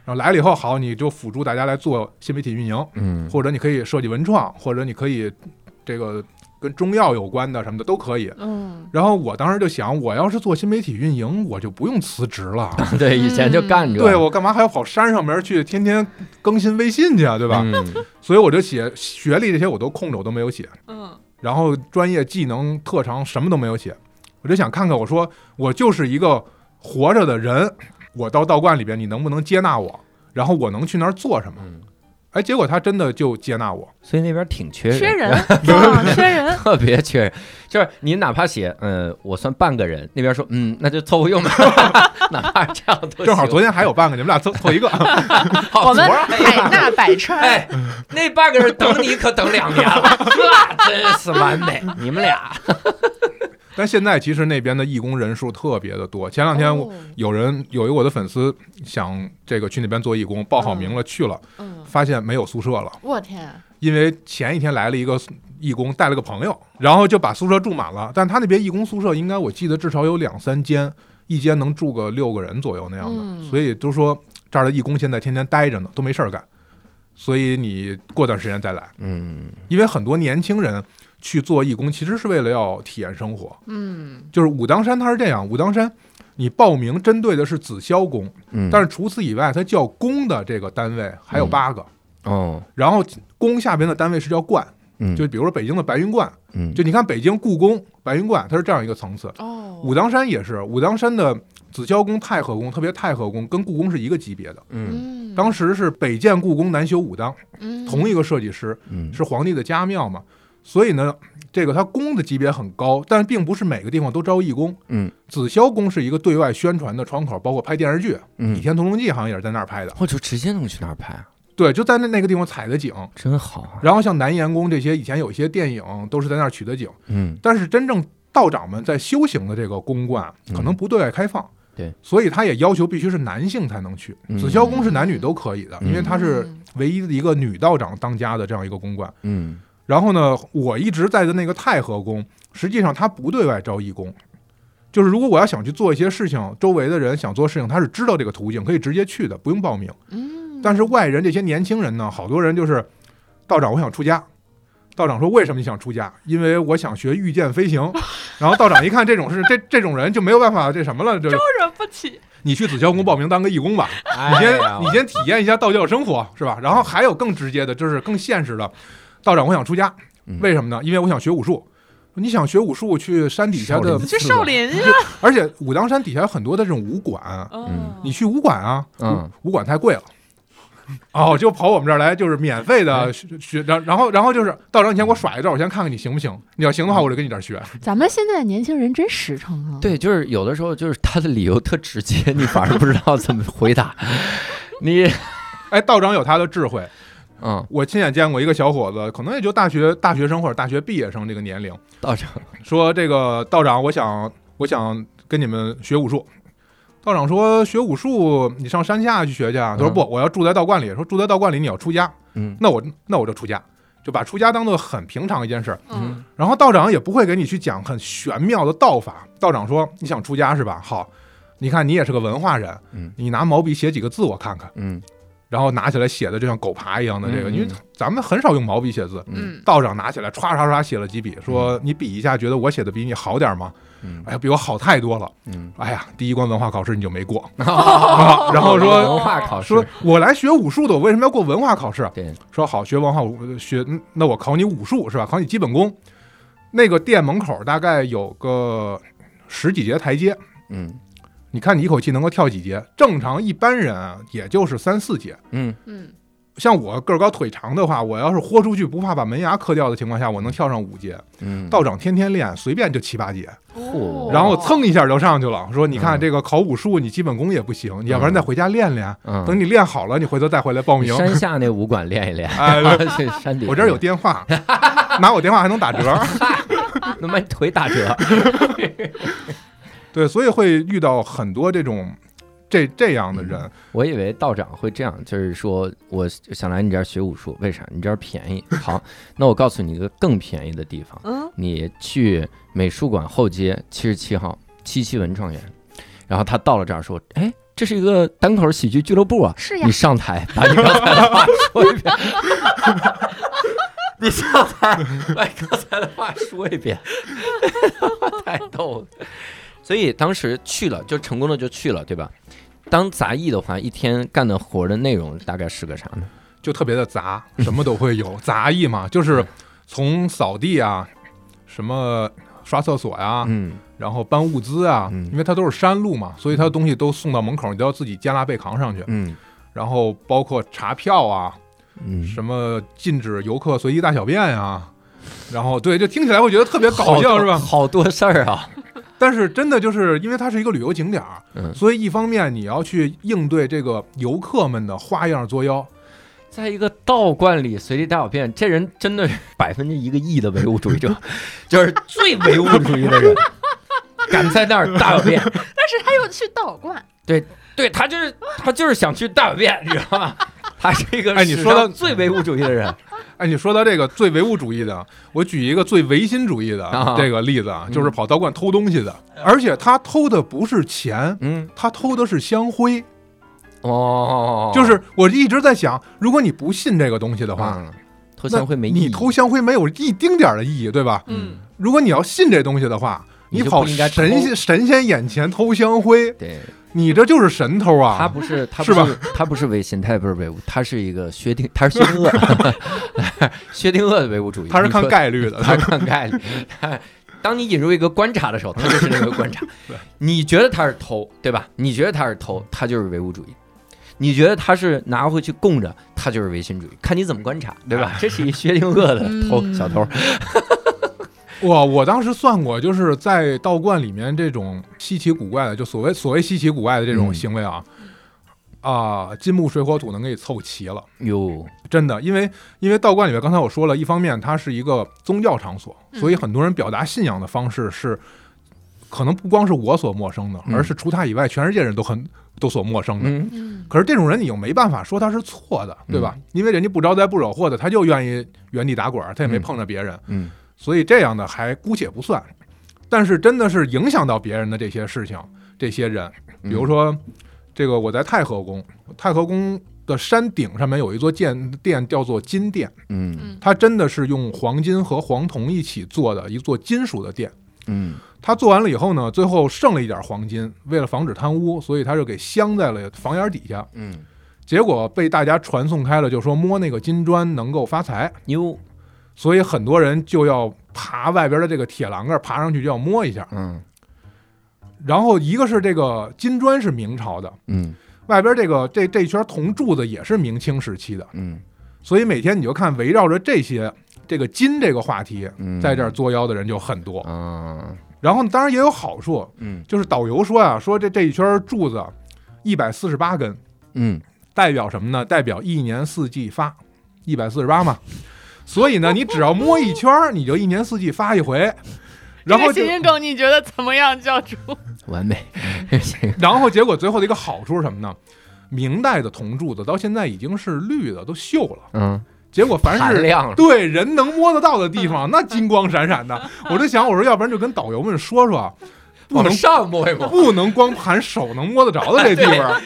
然后来了以后好，你就辅助大家来做新媒体运营。
嗯
或者你可以设计文创，或者你可以这个跟中药有关的什么的都可以。
嗯，
然后我当时就想，我要是做新媒体运营，我就不用辞职了。
对，以前就干着，
对我干嘛还要跑山上面去天天更新微信去啊？对吧？
嗯
所以我就写学历这些我都空着，我都没有写。
嗯，
然后专业技能特长什么都没有写，我就想看看，我说我就是一个活着的人，我到道观里边你能不能接纳我？然后我能去那儿做什么？
嗯，
哎，结果他真的就接纳我。
所以那边挺缺
缺
人，
人， 啊缺人，
特别缺人。就是你哪怕写，嗯，我算半个人，那边说，嗯，那就凑合 用吧，哪怕这样都行
正好昨天还有半个，你们俩凑凑一个。
好
啊
我们
昨儿
海纳百川，
哎，那半个人等你可等两年了，这真是完美，你们俩。
但现在其实那边的义工人数特别的多。前两天我
哦
有人有一个我的粉丝想这个去那边做义工，报好名了去了，
嗯，
发现没有宿舍了，
我天，啊
因为前一天来了一个义工带了个朋友，然后就把宿舍住满了。但他那边义工宿舍应该我记得至少有两三间，一间能住个六个人左右那样的，
嗯
所以都说这儿的义工现在天天待着呢，都没事儿干。所以你过段时间再来，
嗯，
因为很多年轻人去做义工其实是为了要体验生活。
嗯，
就是武当山，它是这样，武当山你报名针对的是紫霄宫，
嗯
但
是
是除此以外，它叫宫的这个单位还有
嗯
八个，
哦，
然后宫下边的单位是叫观，
嗯
就比如说北京的白云观，
嗯
就你看北京故宫、白云观，它是这样一个层次。
哦，
武当山也是，武当山的紫霄宫、太和宫，特别太和宫跟故宫是一个级别的。
嗯
嗯，
当时是北建故宫，南修武当，
嗯
同一个设计师，
嗯
是皇帝的家庙嘛，所以呢，这个它宫的级别很高，但并不是每个地方都招义工。
嗯，
紫霄宫是一个对外宣传的窗口，包括拍电视剧，倚
嗯，
天屠龙记》好像也是在那儿拍的。
我就直接能去那儿拍，啊
对，就在那那个地方采的景。
真好啊。
然后像南岩宫这些，以前有一些电影都是在那儿取的景，
嗯
但是真正道长们在修行的这个宫观
嗯
可能不对外开放。
对，
所以他也要求必须是男性才能去。
嗯
紫霄宫是男女都可以的，
嗯
因为它是
嗯
唯一的一个女道长当家的这样一个宫观。
嗯
然后呢，我一直在的那个太和宫，实际上它不对外招义工，就是如果我要想去做一些事情，周围的人想做事情，他是知道这个途径，可以直接去的，不用报名。
嗯，
但是外人这些年轻人呢，好多人就是，道长，我想出家。道长说：“为什么你想出家？因为我想学御剑飞行。”然后道长一看这种事，这这种人就没有办法这什么了，就
惹不起，
你去紫霄宫报名当个义工吧。
哎
你先
呀
你先体验一下道教生活是吧？然后还有更直接的，就是更现实的，道长，我想出家
嗯，
为什么呢？因为我想学武术。你想学武术，去山底下
少
的
林，啊
去少林去，
而且武当山底下有很多的这种武馆，
嗯
你去武馆啊，
嗯
武馆太贵了。哦，就跑我们这儿来，就是免费
哎
的学学，然然后然后就是道长，你先给我耍一招，我先看看你行不行。你要行的话，我就跟你这儿学。
咱们现在的年轻人真实诚啊，
对，就是有的时候就是他的理由特直接，你反而不知道怎么回答。你
哎，道长有他的智慧，
嗯，
我亲眼见过一个小伙子，可能也就大学大学生或者大学毕业生这个年龄，
道长，
说这个道长，我想我想跟你们学武术。道长说学武术，你上山下去学去啊。他说
嗯
不，我要住在道观里。说住在道观里你要出家，
嗯
那我那我就出家，就把出家当做很平常一件事儿。
嗯
然后道长也不会给你去讲很玄妙的道法。道长说你想出家是吧？好，你看你也是个文化人
嗯，
你拿毛笔写几个字我看看。
嗯
然后拿起来写的就像狗爬一样的这个，
嗯
因为咱们很少用毛笔写字。
嗯
道长拿起来唰唰唰写了几笔，说你比一下，觉得我写的比你好点吗？
嗯
哎呀，比我好太多了。
嗯，
哎呀，第一关文化考试你就没 过，啊然后说。
文化考试
说我来学武术的，我为什么要过文化考试？
对，
说好学文化武学，嗯那我考你武术是吧？考你基本功。那个店门口大概有个十几节台阶，
嗯
你看你一口气能够跳几节？正常一般人啊，也就是三四节。
嗯
嗯
像我个儿高腿长的话，我要是豁出去不怕把门牙磕掉的情况下，我能跳上五阶。
嗯，
道长天天练，随便就七八节，
嗯哦
嚯
然后蹭一下就上去了。说你
嗯
看这个考武术，你基本功也不行，你要不然再回家练练。
嗯
等你练好了，你回头再回来报名。
山下那武馆练一练，
哎，
这山顶
我这儿有 电话，拿我电话还能打折。
能把你腿打折。
对，所以会遇到很多这种这这样的人。
我以为道长会这样，就是说我想来你这儿学武术，为啥？你这儿便宜。好，那我告诉你一个更便宜的地方，
嗯，
你去美术馆后街七十七号七七文创园。然后他到了这儿说：“哎，这是一个单口喜剧俱乐部啊，
哎
是呀
你，上台把你刚才的话说一遍。 你上台把你刚才的话说一遍， 太逗了。所以当时去了，就成功的就去了，对吧？当杂役的话，一天干的活的内容大概是个啥呢？
就特别的杂，什么都 会有。杂役
嗯
嘛，就是从扫地啊，什么刷厕所呀、
嗯
然后搬物资啊
嗯，
因为它都是山路嘛，所以它的东西都送到门口，你都要自己肩拉背扛上去。
嗯
然后包括查票啊，
嗯，
什么禁止游客随地大小便呀、然后对，就听起来会觉得特别搞
好
笑
多
是吧？
好多事儿啊，
但是真的就是因为它是一个旅游景点儿，
嗯
所以一方面你要去应对这个游客们的花样作妖，
在一个道观里随地大小便，这人真的是百分之一个亿的唯物主义者，就是最唯物主义 的人，敢在那儿大小便。
但是他又去道观，
对他就是他就是想去大小便，你知道吗？他是一个
哎你说到
史上最唯物主义的 人，
哎，你说到这个最唯物主义的，我举一个最唯心主义
啊
的这个例子啊，
嗯
就是跑道观偷东西的，而且他偷的不是钱，
嗯，
他偷的是香灰。
哦，
就是我一直在想，如果你不信这个东西的话，
嗯，偷香会没意义，
你偷香灰没有一丁点儿的意义，对吧？
嗯，
如果你要信这东西的话，
你就
跑
不应该偷
神仙神仙眼前偷香灰，
对，
你这就是神偷
他
啊！
不是 他
是
不是他不是唯心，他也不是唯物，他是一个薛定，他是薛定谔，薛定谔 的唯物主义，
他是看
你说
概 率的，
他看概率。他当你引入一个观察的时候，他就是那个观 察。你觉得他是偷，对吧？你觉得他是偷，他就是唯物主义；你觉得他是拿回去供着，他就是唯心主义。看你怎么观察，对 吧？这是一薛定谔的偷
嗯
小偷。
我我当时算过，就是在道观里面这种稀奇古怪的，就所谓所谓稀奇古怪的这种
嗯
行为啊，啊、金木水火土能给你凑齐了，
哟，
真的，因为因为道观里面刚才我说了，一方面它是一个宗教场所，
嗯
所以很多人表达信仰的方式是，可能不光是我所陌生的，
嗯
而是除他以外全世界人都很都所陌生的。
嗯
嗯
可是这种人你又没办法说他是错的，对吧？因为人家不招灾不惹祸的，他就愿意原地打滚儿，他也没
嗯
碰着别人。
嗯
所以这样的还姑且不算。但是真的是影响到别人的这些事情，这些人，比如说、这个我在太和宫，太和宫的山顶上面有一座建殿叫做金殿，
嗯
它真的是用黄金和黄铜一起做的一座金属的殿。
嗯
它做完了以后呢，最后剩了一点黄金，为了防止贪污，所以它就给镶在了房檐底下。
嗯，
结果被大家传颂开了，就说摸那个金砖能够发财。
哟，
所以很多人就要爬外边的这个铁栏杆，爬上去就要摸一下。
嗯
然后一个是这个金砖是明朝的，
嗯
外边这个这这圈铜柱子也是明清时期的，
嗯
所以每天你就看围绕着这些这个金这个话题，
嗯，
在这儿作妖的人就很多。
啊，
然后当然也有好处，
嗯
就是导游说啊，说这这一圈柱子一百四十八根，
嗯
代表什么呢？代表一年四季发。一百四十八嘛。所以呢，你只要摸一圈儿，你就一年四季发一回，然后就
这个谐音梗你觉得怎么样，教主？
完美。
然后结果最后的一个好处是什么呢？明代的铜柱子到现在已经是绿的，都锈了。
嗯，
结果凡
含
是
量
对人能摸得到的地方，那金光闪闪的。我就想，我说要不然就跟导游们说说啊，不
往
能
上哎摸一摸，
不能光盘手能摸得着的这地方，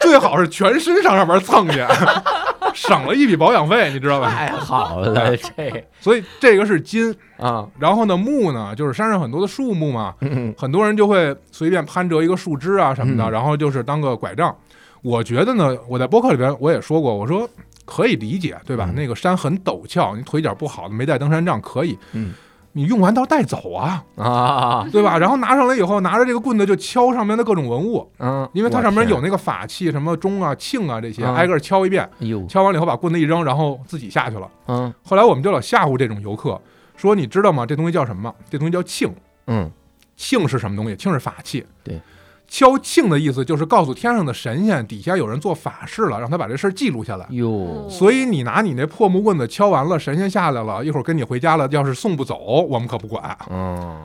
最好是全身上上边蹭去， 省了一笔保养费，你知道吧？
太好了，这
所以这个是金，
啊，
然后呢木呢，就是山上很多的树木嘛，
嗯
很多人就会随便攀折一个树枝啊什么的，
嗯
然后就是当个拐杖。我觉得呢，我在播客里边我也说过，我说可以理解，对吧？
嗯
那个山很陡峭，你腿脚不好，没带登山杖可以，
嗯，
你用完到带走啊，
啊，
对吧？然后拿上来以后，拿着这个棍子就敲上面的各种文物，
嗯，
因为它
我
上面
天
有那个法器，什么钟啊、磬啊这些，
嗯
挨个敲一遍，
哟，
敲完了以后把棍子一扔，然后自己下去了。
嗯
后来我们就老吓唬这种游客，说你知道吗？这东西叫什么？这东西叫磬。
嗯，
磬是什么东西？磬是法器。
对，
敲磬的意思就是告诉天上的神仙，底下有人做法事了，让他把这事儿记录下来。
嗯
哦
哟，
所以你拿你那破木棍子敲完了，神仙下来了，一会儿跟你回家了，要是送不走，我们可不管。
嗯，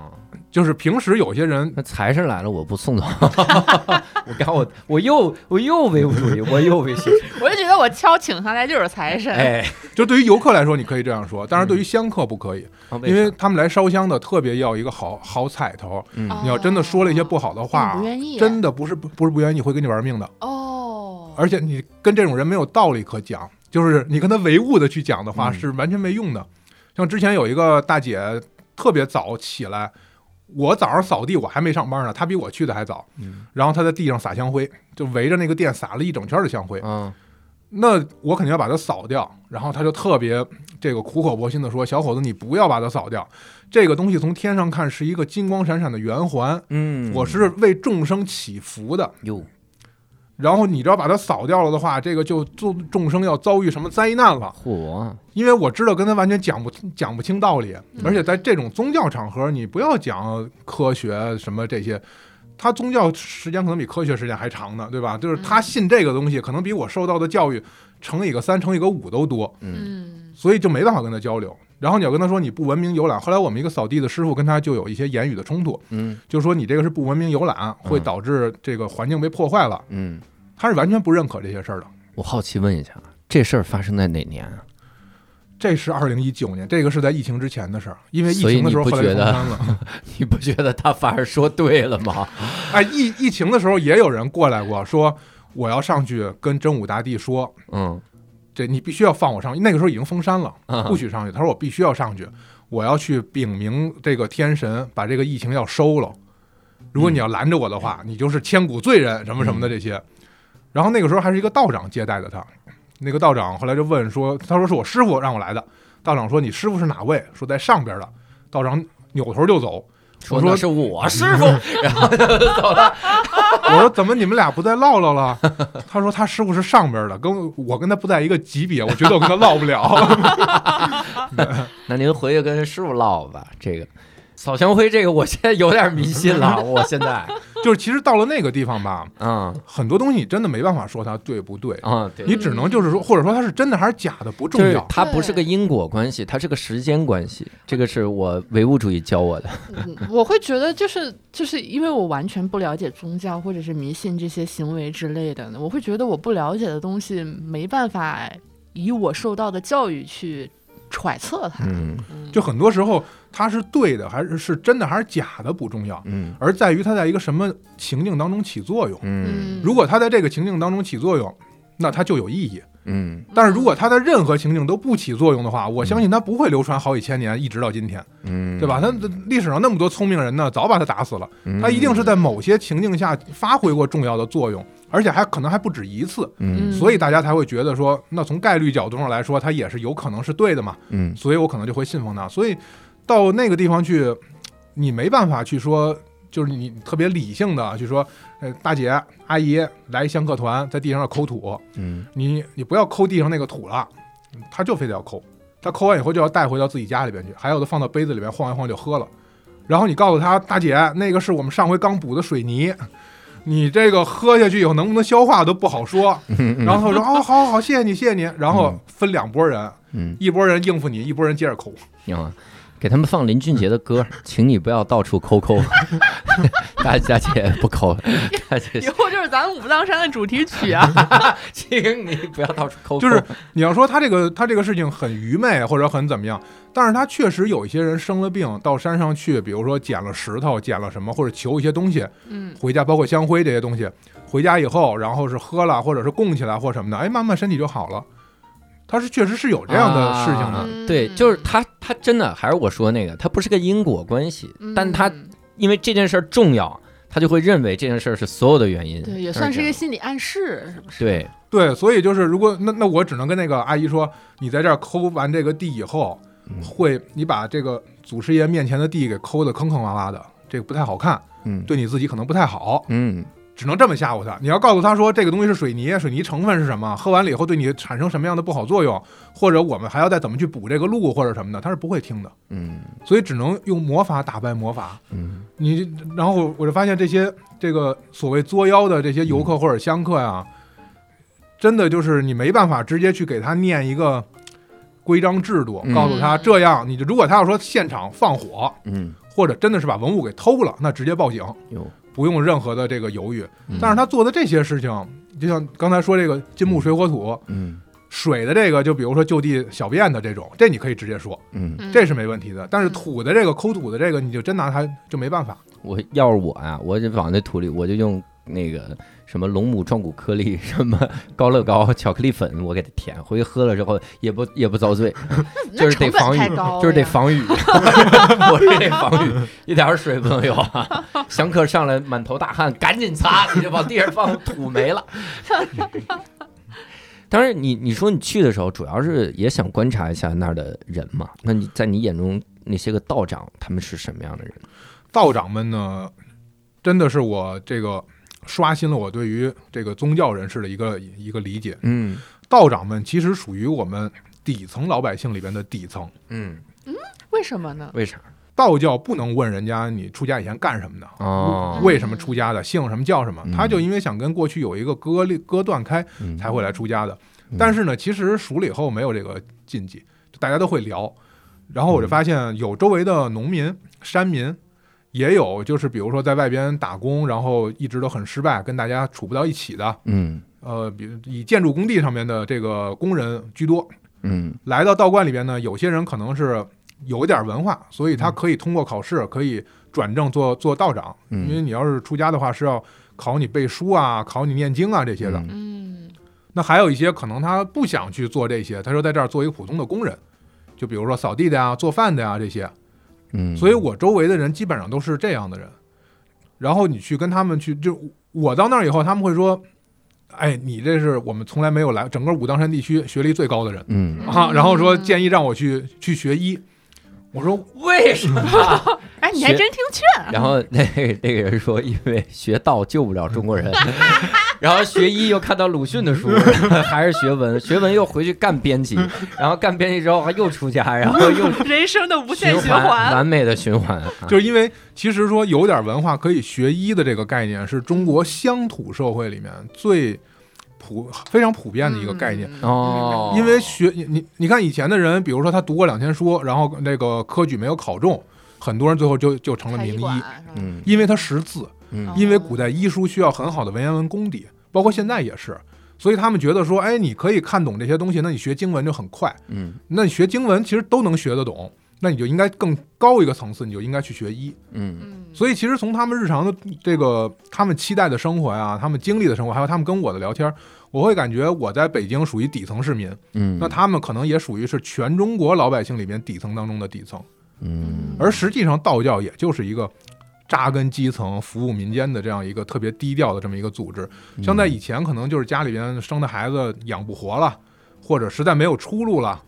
就是平时有些人
那财神来了，我不送走，我刚我我又我又唯物主义，我又唯心，
我就觉得我敲请上来就是财神，
哎，
就对于游客来说，你可以这样说，但是对于香客不可以，
啊
因为他们来烧香的特别要一个好好彩头。
嗯
哦
你要真的说了一些不好的话，
嗯
不愿意
真的不是不不是不愿意，会跟你玩命的。
哦。
而且你跟这种人没有道理可讲，就是你跟他唯物的去讲的话
嗯
是完全没用的。像之前有一个大姐特别早起来，我早上扫地我还没上班呢，她比我去的还早，
嗯
然后她在地上撒香灰，就围着那个店撒了一整圈的香灰。
嗯
那我肯定要把它扫掉。然后他就特别这个苦口婆心的说：“小伙子，你不要把它扫掉，这个东西从天上看是一个金光闪闪的圆环，
嗯，
我是为众生祈福的。
哟，
然后你只要把它扫掉了的话，这个就众众生要遭遇什么灾难了。
嚯，
因为我知道跟他完全讲不讲不清道理，而且在这种宗教场合，你不要讲科学什么这些。”他宗教时间可能比科学时间还长呢，对吧？就是他信这个东西，可能比我受到的教育乘以个三、乘以个五都多。
嗯
嗯，
所以就没办法跟他交流。然后你要跟他说你不文明游览，后来我们一个扫地的师傅跟他就有一些言语的冲突，
嗯
就说你这个是不文明游览，
嗯
会导致这个环境被破坏了。
嗯，
他是完全不认可这些事儿的。
我好奇问一下，这事儿发生在哪年啊？
这是二零一九年，这个是在疫情之前的事儿，因为疫
所以
情
你
的时候
不
后来就
觉
封
得
山 了。
你不觉得他反而说对了吗？
哎，疫疫情的时候也有人过来过，说我要上去跟真武大帝说，
嗯，
这你必须要放我上去。那个时候已经封山了，
啊
不许上去。他说我必须要上去，我要去禀明这个天神，把这个疫情要收了。如果你要拦着我的话，你就是千古罪人什么什么的这些。然后那个时候还是一个道长接待的他，那个道长后来就问说，他说是我师傅让我来的。道长说你师傅是哪位？说在上边的。道长扭头就走。
说嗯
我说
那是我师傅，然后他就走了。
我说怎么你们俩不再唠唠了？他说他师傅是上边的，跟我跟他不在一个级别，我觉得我跟他唠不了。
那您回去跟师傅唠吧。这个扫香灰，这个我现在有点迷信 了。我现在，
就是其实到了那个地方吧，
嗯
很多东西你真的没办法说它对不对，
嗯，对，
你只能就是说，或者说它是真的还是假的不重
就是
要。
它不是个因果关系，它是个时间关系。这个是我唯物主义教我的。
嗯我会觉得就是就是因为我完全不了解宗教或者是迷信这些行为之类的，我会觉得我不了解的东西没办法以我受到的教育去揣测它。
嗯
嗯
就很多时候它是对的还是是真的还是假的不重要，
嗯
而在于它在一个什么情境当中起作用。
嗯
如果它在这个情境当中起作用，那它就有意义。
嗯
但是如果它在任何情境都不起作用的话，我相信它不会流传好几千年，一直到今天，
嗯，
对吧？它历史上那么多聪明人呢，早把它打死了。
嗯
它一定是在某些情境下发挥过重要的作用，而且还可能还不止一次。
嗯
所以大家才会觉得说，那从概率角度上来说，它也是有可能是对的嘛，
嗯
所以我可能就会信奉它。所以到那个地方去，你没办法去说，就是你特别理性的去说，呃，大姐、阿姨来香客团，在地上要抠土，
嗯
你你不要抠地上那个土了，他就非得要抠，他抠完以后就要带回到自己家里边去，还有的放到杯子里边晃一晃就喝了。然后你告诉他，大姐，那个是我们上回刚补的水泥，你这个喝下去以后能不能消化都不好说。
嗯
然后说哦，好好好，谢谢你，谢谢你。然后分两拨人，
嗯，
一拨人应付你，一拨人接着抠。
你好，啊给他们放林俊杰的歌，请你不要到处抠抠。 大大姐不抠，大
嗯
姐
以后就是咱们武当山的主题曲 啊！
请你不要到处抠抠，
就是你要说他这个他这个事情很愚昧或者很怎么样，但是他确实有一些人生了病到山上去，比如说捡了石头、捡了什么，或者求一些东西
嗯，
回家，包括香灰这些东西，回家以后，然后是喝了或者是供起来或什么的，哎，慢慢身体就好了。他是确实是有这样的事情的，
啊对，就是
嗯
他，他真的还是我说那个，他不是个因果关系，
嗯
但他因为这件事儿重要，他就会认为这件事儿是所有的原因。
对也
他
算
这
是一
样
个心理暗示，是不是？
对，
对，所以就是如果那那我只能跟那个阿姨说，你在这儿抠完这个地以后，会你把这个祖师爷面前的地给抠得坑坑洼洼的，这个不太好看，
嗯
对你自己可能不太好。
嗯，
只能这么吓唬他。你要告诉他说这个东西是水泥，水泥成分是什么，喝完了以后对你产生什么样的不好作用，或者我们还要再怎么去补这个路或者什么的，他是不会听的。
嗯
所以只能用魔法打败魔法。
嗯
你然后我就发现这些这个所谓作妖的这些游客或者香客呀、真的就是你没办法直接去给他念一个规章制度，
嗯
告诉他这样，你就如果他要说现场放火，
嗯，
或者真的是把文物给偷了，那直接报警。
有，
不用任何的这个犹豫，
嗯
但是他做的这些事情，就像刚才说这个金木水火土，
嗯
水的这个，就比如说就地小便的这种，这你可以直接说，
嗯，
嗯
这是没问题的。但是土的这个抠土的这个，你就真拿它就没办法。
我要是我啊，我就往那土里，我就用那个什么龙母壮骨颗粒，什么高乐高、巧克力粉，我给它填，回去喝了之后也不也不遭罪，
那
就是得
成本
防雨
太高，了
就是得
呀
防雨， 我是得防雨，一点儿水不能有啊！香客上来满头大汗，赶紧擦，你就往地上放土没 了。当然你，你说你去的时候，主要是也想观察一下那儿的人嘛。那你在你眼中那些个道长，他们是什么样的人？
道长们呢，真的是我这个刷新了我对于这个宗教人士的一个一个理解。
嗯
道长们其实属于我们底层老百姓里边的底层。
嗯，
为什么呢？
为啥？
道教不能问人家你出家以前干什么的，
哦，
为什么出家的，姓什么叫什么
嗯，
他就因为想跟过去有一个割裂割断开，
嗯
才会来出家的
嗯。
但是呢，其实熟了以后没有这个禁忌，就大家都会聊。然后
嗯
我就发现有周围的农民、山民，也有就是比如说在外边打工，然后一直都很失败，跟大家处不到一起的。
嗯
呃，比如以建筑工地上面的这个工人居多，
嗯
来到道观里边呢，有些人可能是有一点文化，所以
嗯
他可以通过考试，可以转正做做道长。因为
嗯，
你要是出家的话，是要考你背书啊，考你念经啊这些的。
嗯
嗯，
那还有一些可能他不想去做这些，他说在这儿做一个普通的工人，就比如说扫地的呀、做饭的呀这些。
嗯，
所以我周围的人基本上都是这样的人。然后你去跟他们去，就我到那儿以后，他们会说：“哎，你这是我们从来没有来，整个武当山地区学历最高的人
嗯
啊。”然后说
嗯
建议让我去去学医。我说
为什 么？
哎，你还
学
真听劝，
然后那个那个人说，因为学道救不了中国人，然后学医又看到鲁迅的书， 还是学文，学文又回去干编辑，然后干编辑之后又出家，然后 又
人生的无限
循
循环。
完美的循环。啊
就是因为其实说有点文化可以学医的这个概念，是中国乡土社会里面最普非常普遍的一个
嗯
概
嗯
念。
哦，
因为学你你你看以前的人，比如说他读过两天书，然后那个科举没有考中，很多人最后就就成了
太
名
医
医
馆，是吧
嗯
因为他识字，
嗯
因为古代医书需要很好的文言文功底，包括现在也是，所以他们觉得说，哎，你可以看懂这些东西，那你学经文就很快，
嗯
那你学经文其实都能学得懂，那你就应该更高一个层次，你就应该去学医。
嗯
嗯，
所以其实从他们日常的这个他们期待的生活呀，他们经历的生活，还有他们跟我的聊天，我会感觉我在北京属于底层市民，
嗯，
那他们可能也属于是全中国老百姓里面底层当中的底层，
嗯
而实际上道教也就是一个扎根基层、服务民间的这样一个特别低调的这么一个组织。
嗯
像在以前，可能就是家里边生的孩子养不活了，或者实在没有出路了，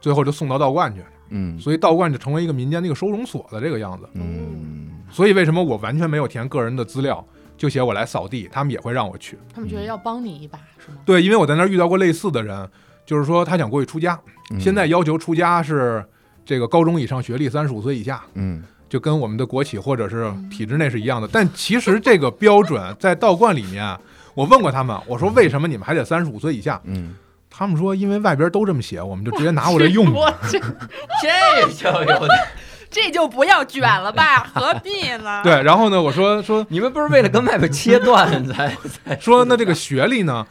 最后就送到道观去，
嗯
所以道观就成为一个民间的一个收容所的这个样子。
嗯
所以为什么我完全没有填个人的资料，就写我来扫地，他们也会让我去。
他们觉得要帮你一把，是吗？
对，因为我在那儿遇到过类似的人，就是说他想过去出家，
嗯
现在要求出家是这个高中以上学历，三十五岁以下。
嗯
就跟我们的国企或者是体制内是一样的。但其实这个标准在道观里面，我问过他们，我说为什么你们还得三十五岁以下？
嗯，
他们说因为外边都这么写，我们就直接拿过来 用。
我这
这就有点。
这就不要卷了吧，何必呢？
对，然后呢，我说说
你们不是为了跟外边切断才才
说那这个学历呢，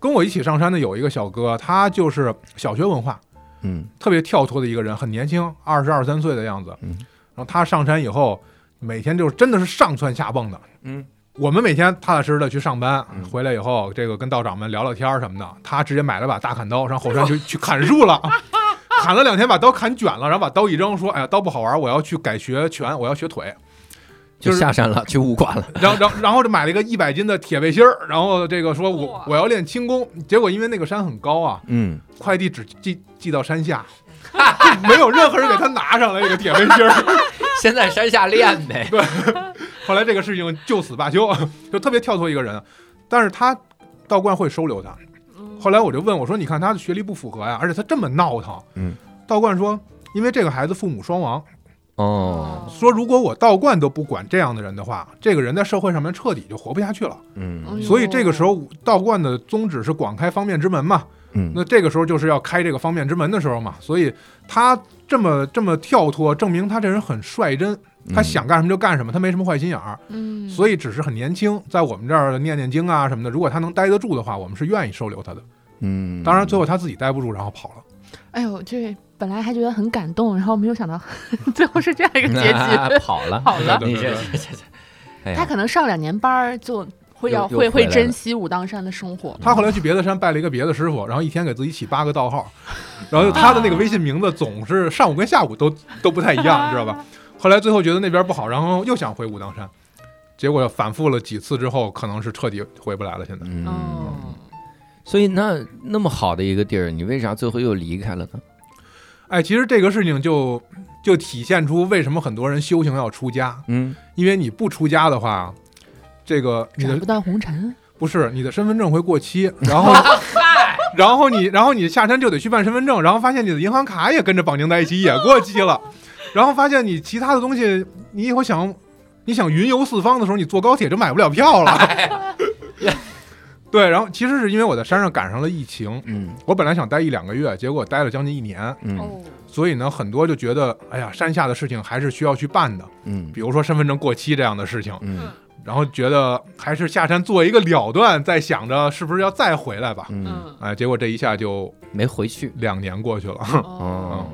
跟我一起上山的有一个小哥，他就是小学文化，
嗯
特别跳脱的一个人，很年轻，二十二三岁的样子。
嗯
然后他上山以后，每天就是真的是上蹿下蹦的。
嗯，
我们每天踏踏实实的去上班
嗯，
回来以后，这个跟道长们聊聊天儿什么的。他直接买了把大砍刀，上后山去去砍树了。砍了两天，把刀砍卷了，然后把刀一扔，说：“哎呀，刀不好玩，我要去改学拳，我要学腿。”
就
就是
下山了，去武馆了。
然后，然后，然后就买了一个一百斤的铁背心儿，然后这个说我我要练轻功，结果因为那个山很高啊，
嗯，
快递只寄寄到山下， 就没有任何人给他拿上来这个铁背心儿。
先在山下练呗。
后来这个事情就此罢休， 就特别跳脱一个人，但是他道观会收留他。后来我就问我说：“你看他的学历不符合呀，而且他这么闹腾。”
嗯，
道观说：“因为这个孩子父母双亡，
哦，
说如果我道观都不管这样的人的话，这个人在社会上面彻底就活不下去了。”
嗯
所以这个时候，道观的宗旨是广开方面之门嘛。
嗯，
那这个时候就是要开这个方面之门的时候嘛。所以他这么这么跳脱，证明他这人很率真，
嗯
他想干什么就干什么，他没什么坏心眼儿。
嗯，
所以只是很年轻，在我们这儿念念经啊什么的，如果他能待得住的话，我们是愿意收留他的。
嗯，
当然最后他自己待不住，然后跑了。
哎呦，这本来还觉得很感动，然后没有想到最后是这样一个结局。
那 跑了，
好了，
对
你
对
这
对
这这这，哎
他
呀，
可能上两年班儿就会要
又又
会
回
会
来了
珍惜武当山的生活。
他后来去别的山拜了一个别的师傅，然后一天给自己起八个道号，然后他的那个微信名字总是上午跟下午都都不太一样，你知道吧？后来最后觉得那边不好，然后又想回武当山，结果反复了几次之后，可能是彻底回不来了。现在
嗯，
哦，
所以那那么好的一个地儿，你为啥最后又离开了呢？
哎，其实这个事情就就体现出为什么很多人修行要出家，
嗯
因为你不出家的话，这个你
斩
的
不断红尘，
不是你的身份证会过期，然后然后你然后你下山就得去办身份证，然后发现你的银行卡也跟着绑定在一起，也过期了，然后发现你其他的东西，你以后想你想云游四方的时候，你坐高铁就买不了票了。 对，然后其实是因为我在山上赶上了疫情，
嗯
我本来想待一两个月，结果待了将近一年，
哦
嗯
所以呢，很多就觉得，哎呀，山下的事情还是需要去办的，
嗯
比如说身份证过期这样的事情。
嗯
然后觉得还是下山做一个了断，再想着是不是要再回来吧。
嗯，
哎，结果这一下就
没回去嗯
两年过去了。
哦，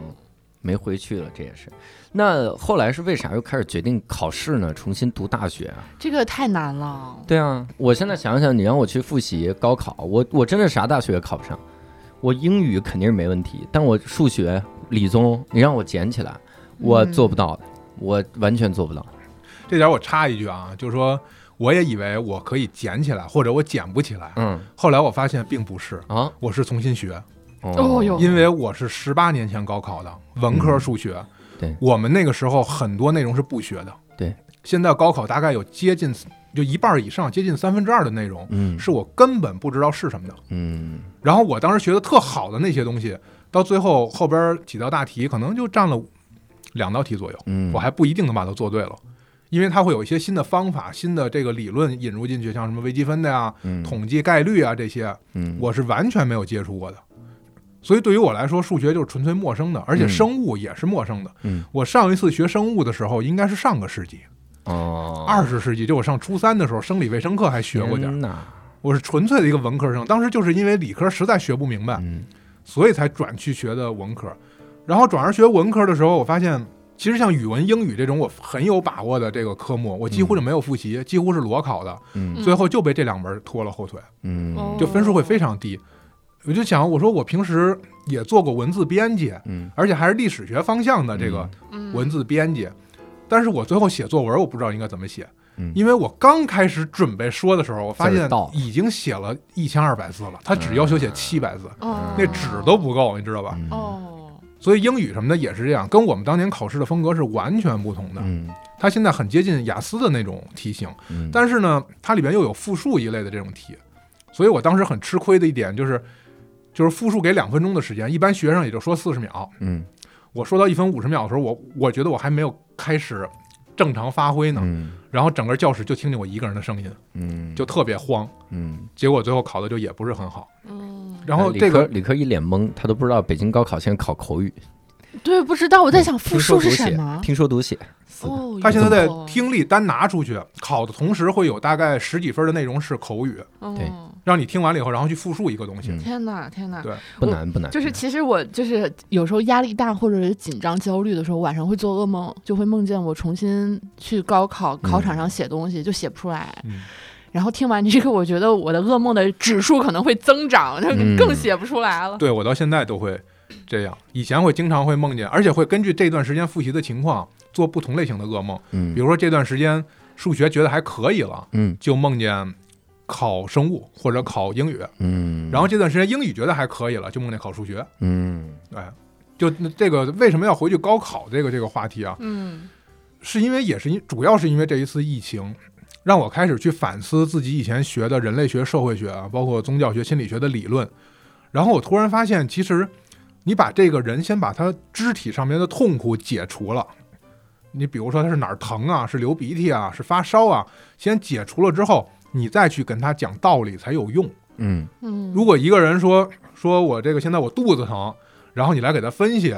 没回去了，这也是。那后来是为啥又开始决定考试呢？重新读大学啊？
这个太难了。
对啊，我现在想想，你让我去复习高考，我我真的啥大学也考不上。我英语肯定是没问题，但我数学、理综，你让我捡起来，
嗯
我做不到的，我完全做不到。
这点我插一句啊，就是说我也以为我可以捡起来，或者我捡不起来。
嗯
后来我发现并不是，
啊，
我是重新学，
哦哟
因为我是十八年前高考的文科数学。
嗯对
我们那个时候很多内容是不学的。
对，
现在高考大概有接近就一半以上，接近三分之二的内容
嗯
是我根本不知道是什么的。
嗯
然后我当时学的特好的那些东西，到最后后边几道大题可能就占了两道题左右，
嗯，
我还不一定能把它做对了，因为它会有一些新的方法、新的这个理论引入进去，像什么微积分的呀、
嗯
统计概率啊这些，
嗯
我是完全没有接触过的。所以对于我来说，数学就是纯粹陌生的，而且
嗯
生物也是陌生的。
嗯
我上一次学生物的时候，应该是上个世纪，
哦，
二十世纪，就我上初三的时候，生理卫生课还学过点
嗯
儿。
天哪
我是纯粹的一个文科生，当时就是因为理科实在学不明白，
嗯
所以才转去学的文科。然后转而学文科的时候，我发现其实像语文、英语这种我很有把握的这个科目，我几乎就没有复习，几乎是裸考的，
嗯
最后就被这两门拖了后腿，
嗯
哦
就分数会非常低。我就想，我说我平时也做过文字编辑，
嗯
而且还是历史学方向的这个
嗯
文字编辑，但是我最后写作文，我不知道应该怎么写
嗯。
因为我刚开始准备说的时候，我发
字儿
现
到
已经写了一千二百字了，他
嗯
只要求写七百字，
哦，
那纸都不够，你知道吧？
嗯
哦
哦，
所以英语什么的也是这样，跟我们当年考试的风格是完全不同的。
嗯
它现在很接近雅思的那种题型，
嗯，
但是呢，它里边又有复述一类的这种题，所以我当时很吃亏的一点就是，就是复述给两分钟的时间，一般学生也就说四十秒，
嗯
我说到一分五十秒的时候，我我觉得我还没有开始正常发挥呢。
嗯
然后整个教室就听见我一个人的声音，
嗯，
就特别慌。
嗯，
结果最后考的就也不是很好。
嗯，
然后
哎理
这
科
个
理科一脸懵，他都不知道北京高考现在考口语，
对，不知道我在想复
听说
述
读
是
写
什么，。
听说读写，是的
哦，
嗯他现在在
有
听力单拿出去考的同时，会有大概十几分的内容是口语，
哦
对
让你听完了以后，然后去复述一个东西。
嗯
天哪，天哪！
对
不难不难。
就是其实我就是有时候压力大或者是紧张焦虑的时候，晚上会做噩梦，就会梦见我重新去高考考场上写东西，就写不出来。
嗯
然后听完这个，我觉得我的噩梦的指数可能会增长，就
嗯
更写不出来了。
对我到现在都会这样，以前会经常会梦见，而且会根据这段时间复习的情况做不同类型的噩梦。
嗯
比如说这段时间数学觉得还可以了，
嗯
就梦见考生物或者考英语，
嗯，
然后这段时间英语觉得还可以了，就梦见考数学。
嗯
哎，就那这个为什么要回去高考这个这个话题啊？
嗯
是因为也是因主要是因为这一次疫情，让我开始去反思自己以前学的人类学、社会学啊，包括宗教学、心理学的理论。然后我突然发现，其实你把这个人先把他肢体上面的痛苦解除了，你比如说他是哪儿疼啊，是流鼻涕啊，是发烧啊，先解除了之后，你再去跟他讲道理才有用。
嗯
嗯，
如果一个人说说我这个现在我肚子疼，然后你来给他分析，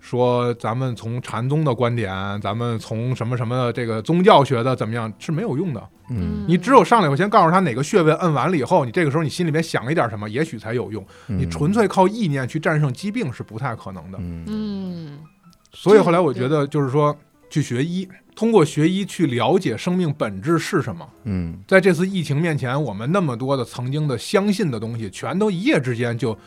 说咱们从禅宗的观点，咱们从什么什么这个宗教学的怎么样是没有用的。
嗯
你只有上来我先告诉他哪个穴位摁完了以后，你这个时候你心里面想一点什么，也许才有用。
嗯，
你纯粹靠意念去战胜疾病是不太可能的。
嗯
嗯
所以后来我觉得就是说去学医，通过学医去了解生命本质是什么。
嗯
在这次疫情面前，我们那么多的曾经的相信的东西，全都一夜之间就，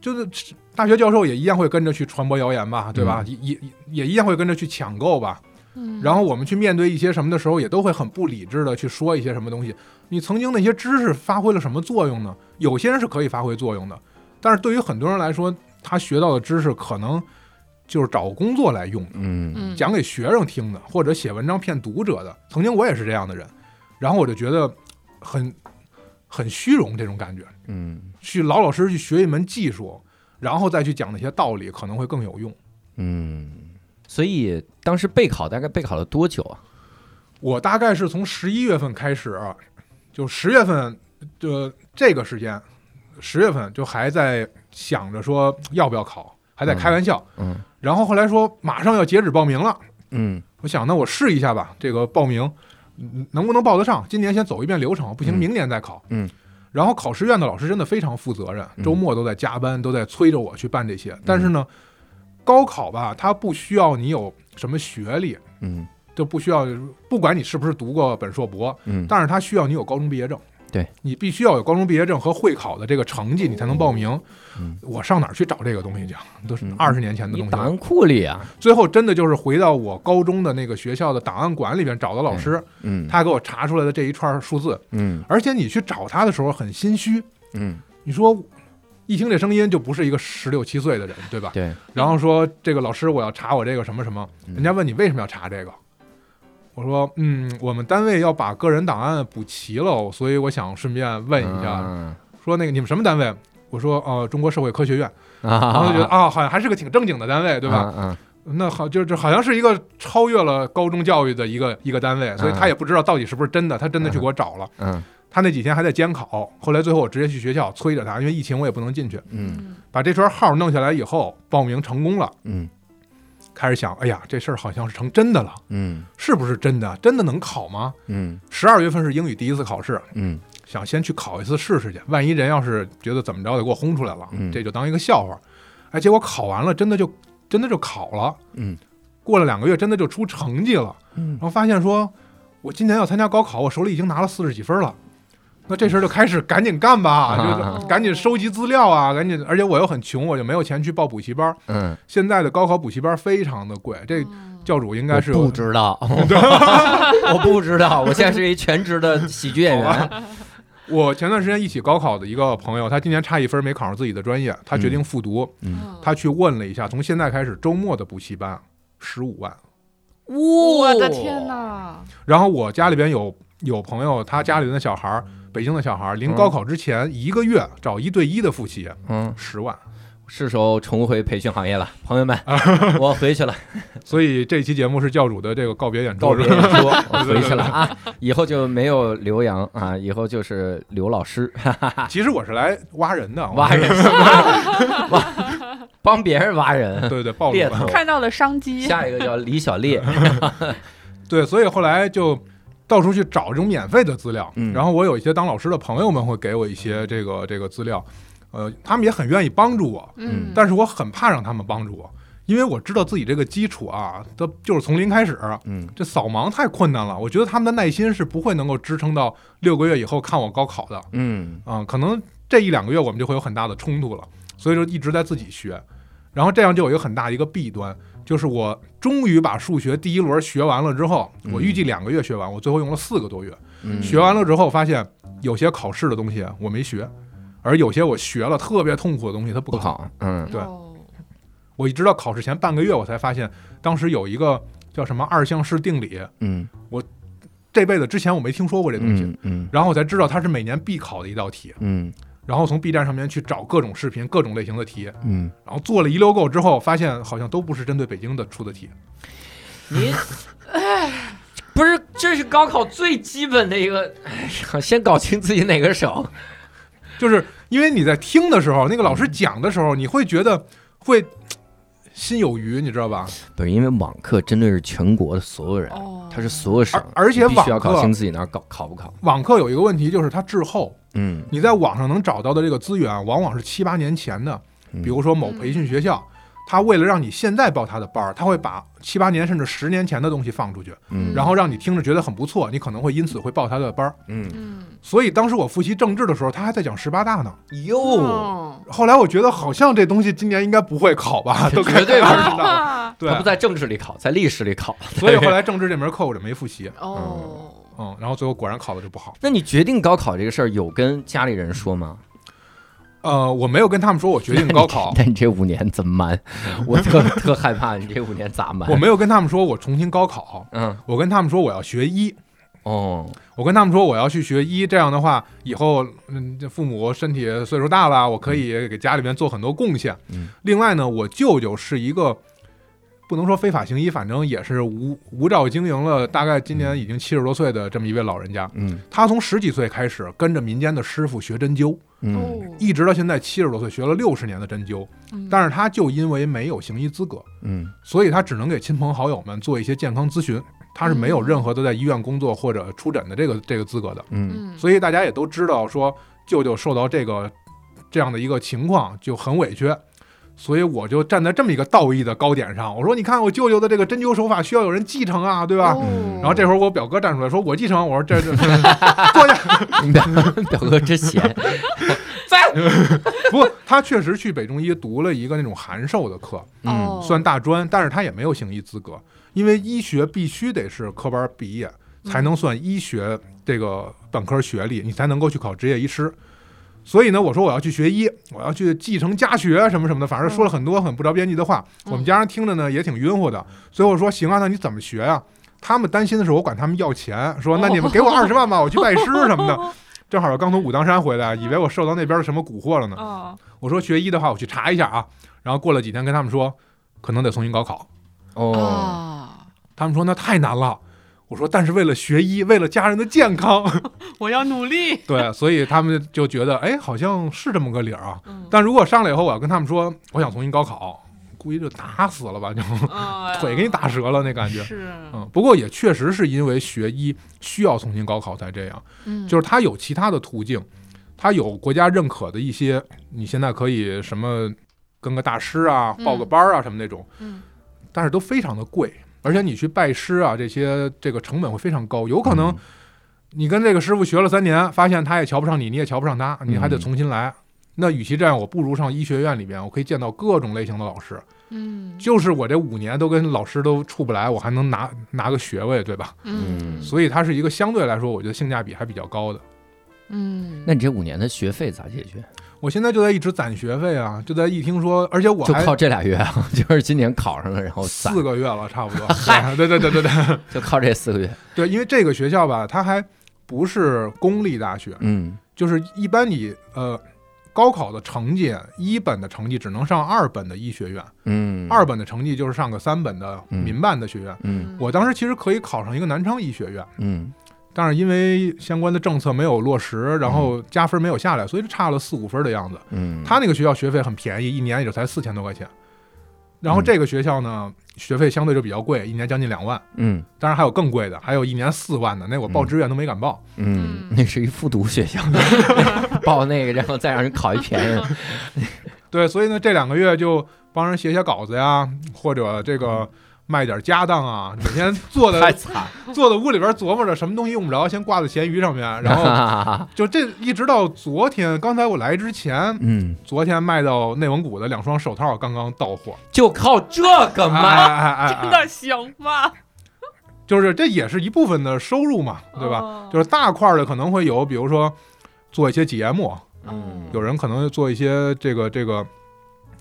就是大学教授也一样会跟着去传播谣言吧，对吧？也也也一样会跟着去抢购吧。
嗯，
然后我们去面对一些什么的时候，也都会很不理智的去说一些什么东西。你曾经那些知识发挥了什么作用呢？有些人是可以发挥作用的，但是对于很多人来说，他学到的知识可能就是找工作来用的。
嗯
讲给学生听的，或者写文章骗读者的。曾经我也是这样的人，然后我就觉得很很虚荣这种感觉，
嗯
去老老实实去学一门技术，然后再去讲那些道理，可能会更有用。
嗯
所以当时备考大概备考了多久啊？
我大概是从十一月份开始，啊就十月份就这个时间，十月份就还在想着说要不要考，还在开玩笑。
嗯
然后后来说马上要截止报名了。
嗯
我想，那我试一下吧，这个报名嗯能不能报得上？今年先走一遍流程，不行
嗯
明年再考。
嗯
然后考试院的老师真的非常负责任，
嗯
周末都在加班，都在催着我去办这些。但是呢，高考吧，它不需要你有什么学历，
嗯
就不需要，不管你是不是读过本硕博，
嗯，
但是它需要你有高中毕业证。
对
你必须要有高中毕业证和会考的这个成绩，你才能报名。
嗯
我上哪儿去找这个东西去啊？都是
嗯
二十年前的东
你
西
档
了。
案库里啊？
最后真的就是回到我高中的那个学校的档案馆里边找的老师，
嗯
他给我查出来的这一串数字。
嗯
而且你去找他的时候很心虚，
嗯
你说一听这声音就不是一个十六七岁的人，对吧？
对，
然后说这个老师我要查我这个什么什么，
嗯
人家问你为什么要查这个，我说嗯，我们单位要把个人档案补齐了，所以我想顺便问一下，
啊
说那个你们什么单位？我说呃中国社会科学院，然后
啊，
就觉得啊好像还是个挺正经的单位，对吧？
吧？
那好，就是这好像是一个超越了高中教育的一个一个单位，所以他也不知道到底是不是真的，他真的去给我找了。
嗯
他那几天还在监考，后来最后我直接去学校催着他，因为疫情我也不能进去，
嗯
把这圈号弄下来以后，报名成功了，
嗯
开始想，哎呀，这事儿好像是成真的了，
嗯
是不是真的？真的能考吗？
嗯
十二月份是英语第一次考试，
嗯
想先去考一次试试去，万一人要是觉得怎么着得给我轰出来了
嗯，
这就当一个笑话。哎，结果考完了，真的就真的就考了，
嗯
过了两个月，真的就出成绩了。
嗯
然后发现说，我今年要参加高考，我手里已经拿了四十几分了，那这事儿就开始赶紧干吧，
啊
就是赶紧收集资料啊，赶紧，而且我又很穷，我就没有钱去报补习班儿。
嗯，
现在的高考补习班儿非常的贵，
嗯
这教主应该是
我
有
不知道， 我不知道，我现在是一全职的喜剧演员。
我前段时间一起高考的一个朋友，他今年差一分没考上自己的专业，他决定复读，
嗯
他去问了一下，从现在开始周末的补习班十五万，
我
我的天！哪！
然后我家里边有有朋友，他家里的小孩儿，北京的小孩儿，临
嗯
高考之前一个月找一对一的复习
嗯，
十万。
是时候重回培训行 业了，朋友们，我回去了，
所以这期节目是教主的这个告别演出，
告别
是吧
演 出，我回去了啊！以后就没有刘洋啊，以后就是刘老师，
其实我是来挖人的，我
挖人，挖挖帮别人 挖人。
对对，暴露
猎
了
头。
看到了商机，
下一个叫李小 烈，
对，所以后来就到处去找这种免费的资料，
嗯
然后我有一些当老师的朋友们会给我一些这个这个资料，呃，他们也很愿意帮助我，
嗯
但是我很怕让他们帮助我，因为我知道自己这个基础啊，它就是从零开始，
嗯，
这扫盲太困难了，我觉得他们的耐心是不会能够支撑到六个月以后看我高考的，
嗯
啊、可能这一两个月我们就会有很大的冲突了，所以就一直在自己学，然后这样就有一个很大一个弊端，就是我终于把数学第一轮学完了之后，我预计两个月学完，我最后用了四个多月，
嗯，
学完了之后发现有些考试的东西我没学，而有些我学了特别痛苦的东西它不
不
考，
考，嗯
对
哦
我一直到考试前半个月我才发现，当时有一个叫什么二项式定理，
嗯
这辈子之前我没听说过这东西。
嗯嗯
然后我才知道它是每年必考的一道题，
嗯
然后从 B 站上面去找各种视频、各种类型的题，
嗯，
然后做了一溜够之后，发现好像都不是针对北京的出的题。
你，哎，不是，这是高考最基本的一个，哎先搞清自己哪个省，
就是因为你在听的时候，那个
嗯
老师讲的时候，你会觉得会嘖心有余，你知道吧？
不是因为网课针对是全国的所有人，
哦，
它是所有省，
而而且
你必须要
网课
搞清自己哪儿搞考不考，
网课有一个问题就是它滞后，
嗯，
你在网上能找到的这个资源，啊往往是七八年前的，
嗯
比如说某培训学校。他为了让你现在报他的班儿，他会把七八年甚至十年前的东西放出去，
嗯
然后让你听着觉得很不错，你可能会因此会报他的班儿。
嗯
嗯，
所以当时我复习政治的时候，他还在讲十八大呢。
哟，
哦，
后来我觉得好像这东西今年应该不会考 吧，都
绝对不
不
考，
了。对
他，不在政治里考，在历史里考，
所以后来政治这门课我就没复习，
哦，
嗯，然后最后果然考的就不好。
那你决定高考这个事儿，有跟家里人说吗？，
呃，我没有跟他们说我决定高考
但你这五年怎么瞒？我 特特害怕你这五年咋瞒？
我没有跟他们说我重新高考，
嗯
我跟他们说我要学医，
哦，
我跟他们说我要去学医，这样的话以后，嗯，这父母身体岁数大了，我可以给家里面做很多贡献。
嗯
另外呢，我舅舅是一个。不能说非法行医，反正也是无无照经营了，大概今年已经七十多岁的这么一位老人家。
嗯
他从十几岁开始跟着民间的师傅学针灸，
嗯
哦
一直到现在七十多岁，学了六十年的针灸。
嗯
但是他就因为没有行医资格，
嗯
所以他只能给亲朋好友们做一些健康咨询。他是没有任何的在医院工作或者出诊的这个这个资格的，
嗯
所以大家也都知道说舅舅受到这个这样的一个情况就很委屈，所以我就站在这么一个道义的高点上，我说你看我舅舅的这个针灸手法需要有人继承啊，对吧？
哦
嗯
然后这会儿我表哥站出来说：“我继承。”我说：“这这坐下。
你表 表哥之前，”
不过他确实去北中医读了一个那种函授的课，
哦
嗯
算大专，但是他也没有行医资格，因为医学必须得是科班毕业才能算医学这个本科学历，你才能够去考执业医师。所以呢，我说我要去学医，我要去继承家学什么什么的，反正说了很多很不着边际的话。我们家人听着呢也挺晕乎的，所以我说行啊，那你怎么学呀、他们担心的是我管他们要钱，说那你们给我二十万吧，我去拜师什么的。正好我刚从武当山回来，以为我受到那边的什么蛊惑了呢。
哦，
我说学医的话，我去查一下啊。然后过了几天跟他们说，可能得重新高考。
哦，
啊，
他们说那太难了。我说但是为了学医，为了家人的健 康，
我要努力。
对，所以他们就觉得哎，好像是这么个理儿啊。
嗯
但如果上来以后，我要跟他们说我想重新高考，估计就打死了吧，就
嗯
腿给你打折了那感觉。
是，
嗯，不过也确实是因为学医需要重新高考才这样，
嗯，
就是他有其他的途径，他有国家认可的一些，你现在可以什么跟个大师
嗯
啊，报个班儿啊、什么那种，
嗯，
但是都非常的贵，而且你去拜师啊这些这个成本会非常高，有可
嗯
能你跟这个师傅学了三年，发现他也瞧不上你，你也瞧不上他，你还得
嗯
重新来。那与其这样，我不如上医学院里边，我可以见到各种类型的老师。
嗯
就是我这五年都跟老师都处不来，我还 能拿拿个学位，对吧？
嗯，
所以它是一个相对来说，我觉得性价比还比较高的。
嗯，
那你这五年的学费咋解决？
我现在就在一直攒学费啊，就在一听说，而且我
就
还
靠这俩月啊， 就是今年考上了，然后攒
四，个月了，差 不多。对对对对对对
就靠这四个月，
对，因为这个学校吧，它还不是公立大学，
嗯
就是一般你呃高考的成绩，一本的成绩只能上二本的医学院，
嗯，
二本的成绩就是上个三本的
嗯
民办的学院。
嗯
我当时其实可以考上一个南昌医学院，
嗯
但是因为相关的政策没有落实，然后加分没有下来，所以就差了四五分的样子。
嗯，
他那个学校学费很便宜，一年也就才四千多块钱。然后
嗯
这个学校呢，学费相对就比较贵，一年将近两万。
嗯
当然还有更贵的，还有一年四万的，那我报志愿都没敢报。
嗯，那是一复读学校，报那个然后再让人考一便宜的，
对，所以呢，这两个月就帮人写写稿子呀，或者这个卖点家当啊，每天坐
太
在
惨。
坐在屋里边琢磨着什么东西用不着，先挂在闲鱼上面，然后就这一直到昨天，刚才我来之前，
嗯，
昨天卖到内蒙古的两双手套刚刚到货，
就靠这个
哎
吗？
哎哎哎
真
哎，
的行吗？
就是这也是一部分的收入嘛，对吧？
哦
吧
就是大块儿的可能会有，比如说做一些节目，
嗯
有人可能做一些这个这个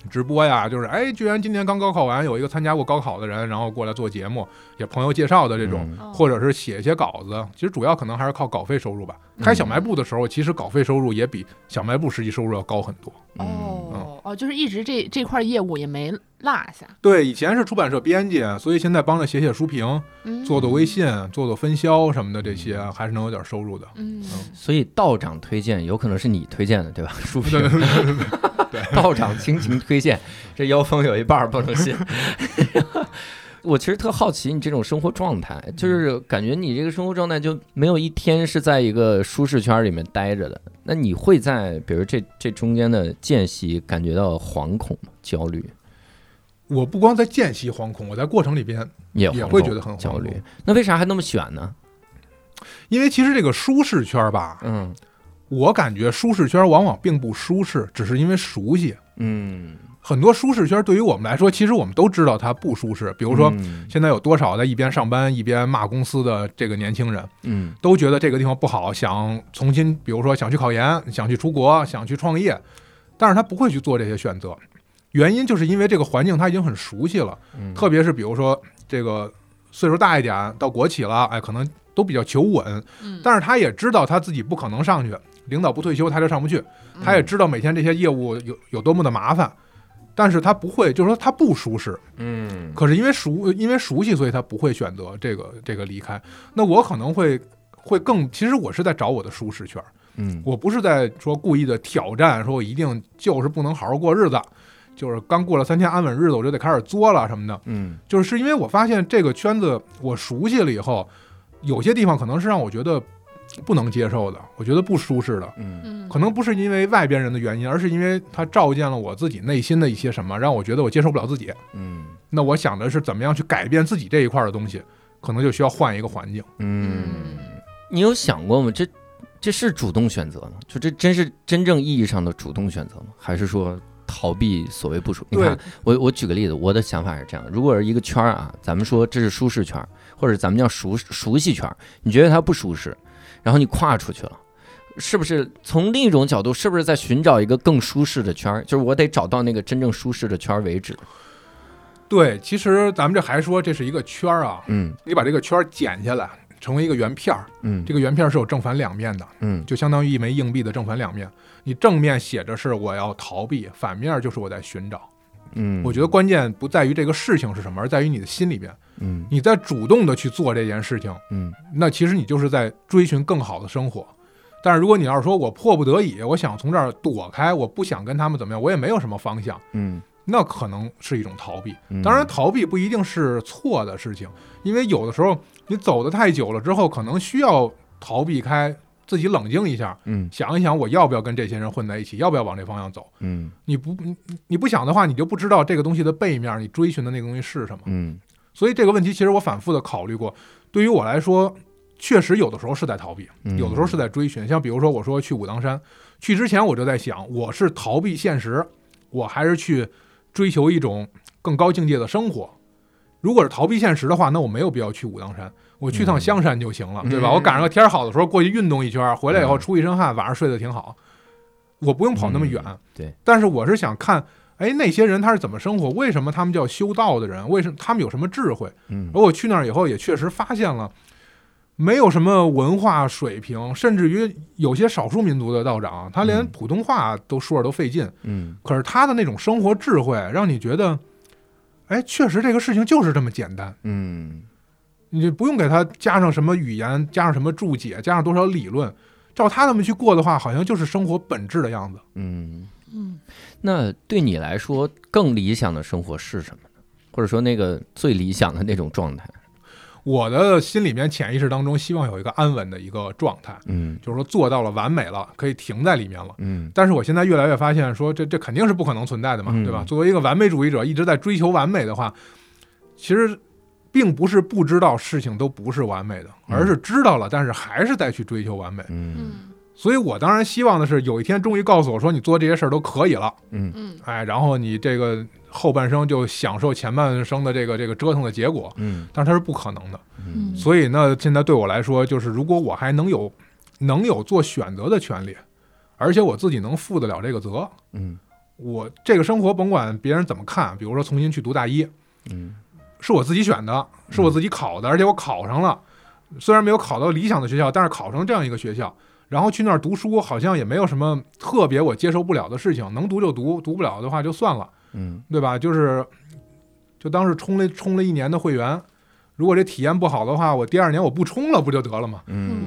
直播呀，就是哎，居然今年刚高考完，有一个参加过高考的人，然后过来做节目，也朋友介绍的这种，
嗯
或者是写一些稿子。其实主要可能还是靠稿费收入吧。
嗯
开小卖部的时候，其实稿费收入也比小卖部实际收入要高很多。嗯
嗯
哦哦，就是一直这这块业务也没落下，
对，以前是出版社编辑，所以现在帮着写写书评，
嗯
做做微信，做做分销什么的，这些还是能有点收 入的。
嗯
所以道长推荐有可能是你推荐的，对吧？ 书
对
评
对对对
道长亲情推荐， 这妖风有一半儿不能信。 我其实特好奇你这种生活状态，就是感觉你这个生活状态就没有一天是在一个舒适圈里面待着的。那你会在比如这这中间的间隙感觉到惶恐吗、焦虑？
我不光在间隙惶恐，我在过程里边
也
也
惶
会
恐
觉得很惶
焦虑
恐。
那为啥还那么选呢？
因为其实这个舒适圈吧，
嗯
我感觉舒适圈往往并不舒适，只是因为熟悉。
嗯，
很多舒适圈对于我们来说，其实我们都知道它不舒适。比如说，
嗯
现在有多少在一边上班一边骂公司的这个年轻人，
嗯
都觉得这个地方不好，想重新，比如说想去考研，想去出国，想去创业，但是他不会去做这些选择，原因就是因为这个环境他已经很熟悉了。
嗯
特别是比如说这个岁数大一点，到国企了，哎，可能都比较求稳，
嗯
但是他也知道他自己不可能上去，领导不退休他就上不去，他也知道每天这些业务有有多么的麻烦，但是他不会，就是说他不舒适，
嗯
可是因为熟因为熟悉，所以他不会选择这个这个离开。那我可能会会更，其实我是在找我的舒适圈儿，
嗯
我不是在说故意的挑战，说我一定就是不能好好过日子。就是刚过了三天安稳日子，我就得开始作了什么的。
嗯
就是是因为我发现这个圈子我熟悉了以后，有些地方可能是让我觉得不能接受的，我觉得不舒适的。
嗯
嗯
可能不是因为外边人的原因，而是因为它照见了我自己内心的一些什么，让我觉得我接受不了自己。
嗯
那我想的是怎么样去改变自己这一块儿的东西，可能就需要换一个环境。
嗯，你有想过吗？这这是主动选择吗？就这真是真正意义上的主动选择吗？还是说逃避所谓不舒？你看，我我举个例子，我的想法是这样：如果是一个圈儿啊，咱们说这是舒适圈儿，或者咱们叫熟熟悉圈儿，你觉得它不舒适，然后你跨出去了。是不是从另一种角度，是不是在寻找一个更舒适的圈儿？就是我得找到那个真正舒适的圈儿为止。
对，其实咱们这还说这是一个圈儿啊，
嗯
你把这个圈儿剪下来，成为一个圆片儿，
嗯
这个圆片儿是有正反两面的，
嗯
就相当于一枚硬币的正反两面。你正面写着是我要逃避，反面就是我在寻找。
嗯，
我觉得关键不在于这个事情是什么，而在于你的心里边。
嗯
你在主动的去做这件事情，
嗯
那其实你就是在追寻更好的生活。但是如果你要是说我迫不得已，我想从这儿躲开，我不想跟他们怎么样，我也没有什么方向。
嗯，
那可能是一种逃避。
嗯
当然，逃避不一定是错的事情，因为有的时候你走得太久了之后，可能需要逃避开，自己冷静一下，
嗯
想一想我要不要跟这些人混在一起，要不要往这方向走。
嗯
你不你你不想的话，你就不知道这个东西的背面，你追寻的那个东西是什么。
嗯
所以这个问题其实我反复的考虑过，对于我来说，确实有的时候是在逃避，
嗯
有的时候是在追寻。像比如说我说去武当山，去之前我就在想，我是逃避现实，我还是去追求一种更高境界的生活。如果是逃避现实的话，那我没有必要去武当山，我去趟香山就行了，
嗯
对吧？我赶上个天儿好的时候过去运动一圈，回来以后
嗯
出一身汗，晚上睡得挺好，我不用跑那么远。
嗯对，
但是我是想看，哎，那些人他是怎么生活？为什么他们叫修道的人？为什么他们有什么智慧？
嗯
而我去那儿以后，也确实发现了，没有什么文化水平，甚至于有些少数民族的道长，他连
嗯
普通话都说着都费劲。
嗯
可是他的那种生活智慧，让你觉得，哎，确实这个事情就是这么简单，
嗯
你就不用给他加上什么语言，加上什么注解，加上多少理论，照他那么去过的话，好像就是生活本质的样子。
嗯。
嗯，
那对你来说，更理想的生活是什么呢？或者说，那个最理想的那种状态？
我的心里面潜意识当中，希望有一个安稳的一个状态，
嗯
就是说做到了完美了，可以停在里面了。
嗯
但是我现在越来越发现说这这肯定是不可能存在的嘛，
嗯
对吧？作为一个完美主义者，一直在追求完美的话，其实并不是不知道事情都不是完美的，
嗯
而是知道了，但是还是在去追求完美。
嗯
嗯
所以我当然希望的是，有一天终于告诉我说你做这些事儿都可以了，
嗯
嗯
哎，然后你这个后半生就享受前半生的这个这个折腾的结果，
嗯
但是它是不可能的。
嗯
所以呢，现在对我来说，就是如果我还能有能有做选择的权利，而且我自己能负得了这个责，
嗯
我这个生活甭管别人怎么看，比如说重新去读大一，
嗯
是我自己选的，是我自己考的，而且我考上了，虽然没有考到理想的学校，但是考上这样一个学校，然后去那儿读书，好像也没有什么特别我接受不了的事情，能读就读，读不了的话就算了，
嗯
对吧？就是就当是充了充了一年的会员，如果这体验不好的话，我第二年我不充了不就得了吗？
嗯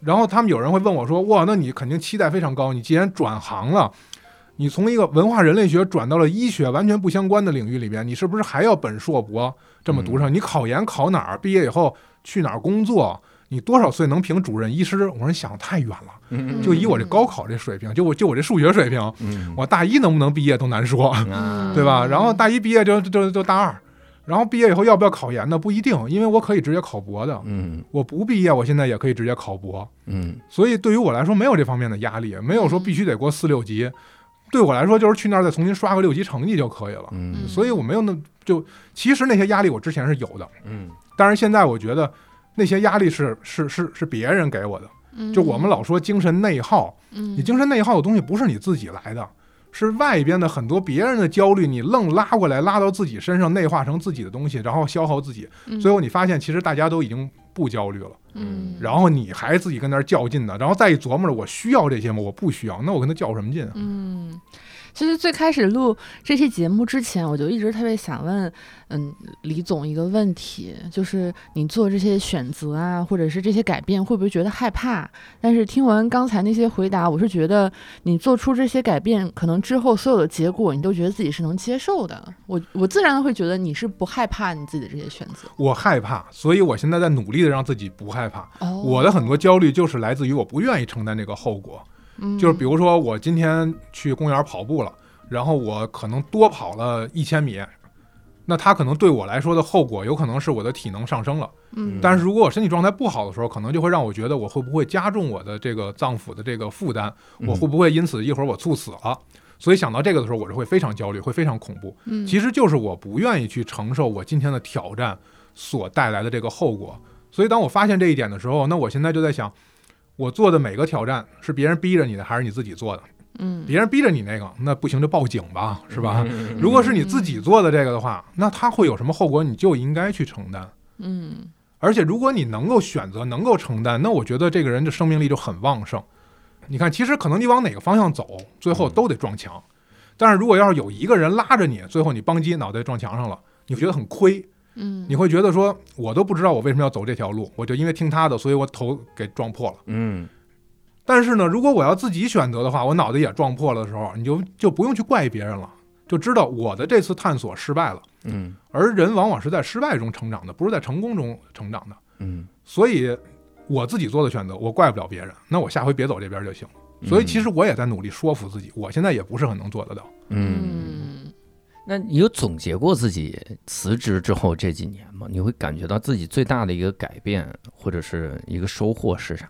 然后他们有人会问我说：“哇，那你肯定期待非常高，你既然转行了，你从一个文化人类学转到了医学完全不相关的领域里边，你是不是还要本硕博这么读上？你考研考哪儿？毕业以后去哪儿工作？你多少岁能评主任医师？”我说：“你想太远了，
嗯
就以我这高考这水平，就我就我这数学水平，
嗯
我大一能不能毕业都难说。”
啊
对
嗯
吧？然后大一毕业就就就就大二，然后毕业以后要不要考研呢？不一定，因为我可以直接考博的，
嗯
我不毕业，我现在也可以直接考博，
嗯
所以对于我来说没有这方面的压力，没有说必须得过四六级，对我来说就是去那儿再重新刷个六级成绩就可以了，
嗯
所以我没有那就其实那些压力我之前是有的，
嗯
但是现在我觉得那些压力是是是是别人给我的，就我们老说精神内耗，你
嗯
精神内耗的东西不是你自己来的，是外边的很多别人的焦虑，你愣拉过来，拉到自己身上，内化成自己的东西，然后消耗自己。
嗯
最后你发现，其实大家都已经不焦虑了，
嗯
然后你还自己跟那儿较劲呢，然后再一琢磨着，我需要这些吗？我不需要，那我跟他较什么劲啊？
嗯，其实最开始录这期节目之前，我就一直特别想问，嗯，李总一个问题，就是你做这些选择啊，或者是这些改变，会不会觉得害怕？但是听完刚才那些回答，我是觉得你做出这些改变，可能之后所有的结果，你都觉得自己是能接受的。我我自然地会觉得你是不害怕你自己的这些选择。
我害怕，所以我现在在努力的让自己不害怕。
哦，
我的很多焦虑就是来自于我不愿意承担这个后果。
嗯
就是比如说我今天去公园跑步了，然后我可能多跑了一千米，那它可能对我来说的后果有可能是我的体能上升了，
嗯
但是如果我身体状态不好的时候，可能就会让我觉得我会不会加重我的这个脏腑的这个负担，
嗯
我会不会因此一会儿我猝死了？所以想到这个的时候，我是会非常焦虑，会非常恐怖。
嗯
其实就是我不愿意去承受我今天的挑战所带来的这个后果。所以当我发现这一点的时候，那我现在就在想，我做的每个挑战是别人逼着你的，还是你自己做的？
嗯
别人逼着你那个，那不行就报警吧，是吧？如果是你自己做的这个的话，那它会有什么后果，你就应该去承担。
嗯
而且如果你能够选择，能够承担，那我觉得这个人的生命力就很旺盛。你看，其实可能你往哪个方向走，最后都得撞墙。但是如果要是有一个人拉着你，最后你邦叽脑袋撞墙上了，你会觉得很亏，
嗯
你会觉得说，我都不知道我为什么要走这条路，我就因为听他的，所以我头给撞破了。
嗯
但是呢，如果我要自己选择的话，我脑袋也撞破了的时候，你就就不用去怪别人了，就知道我的这次探索失败了。
嗯
而人往往是在失败中成长的，不是在成功中成长的。
嗯，
所以我自己做的选择，我怪不了别人。那我下回别走这边就行了。所以其实我也在努力说服自己，我现在也不是很能做得到。
嗯，那你有总结过自己辞职之后这几年吗？你会感觉到自己最大的一个改变或者是一个收获是啥？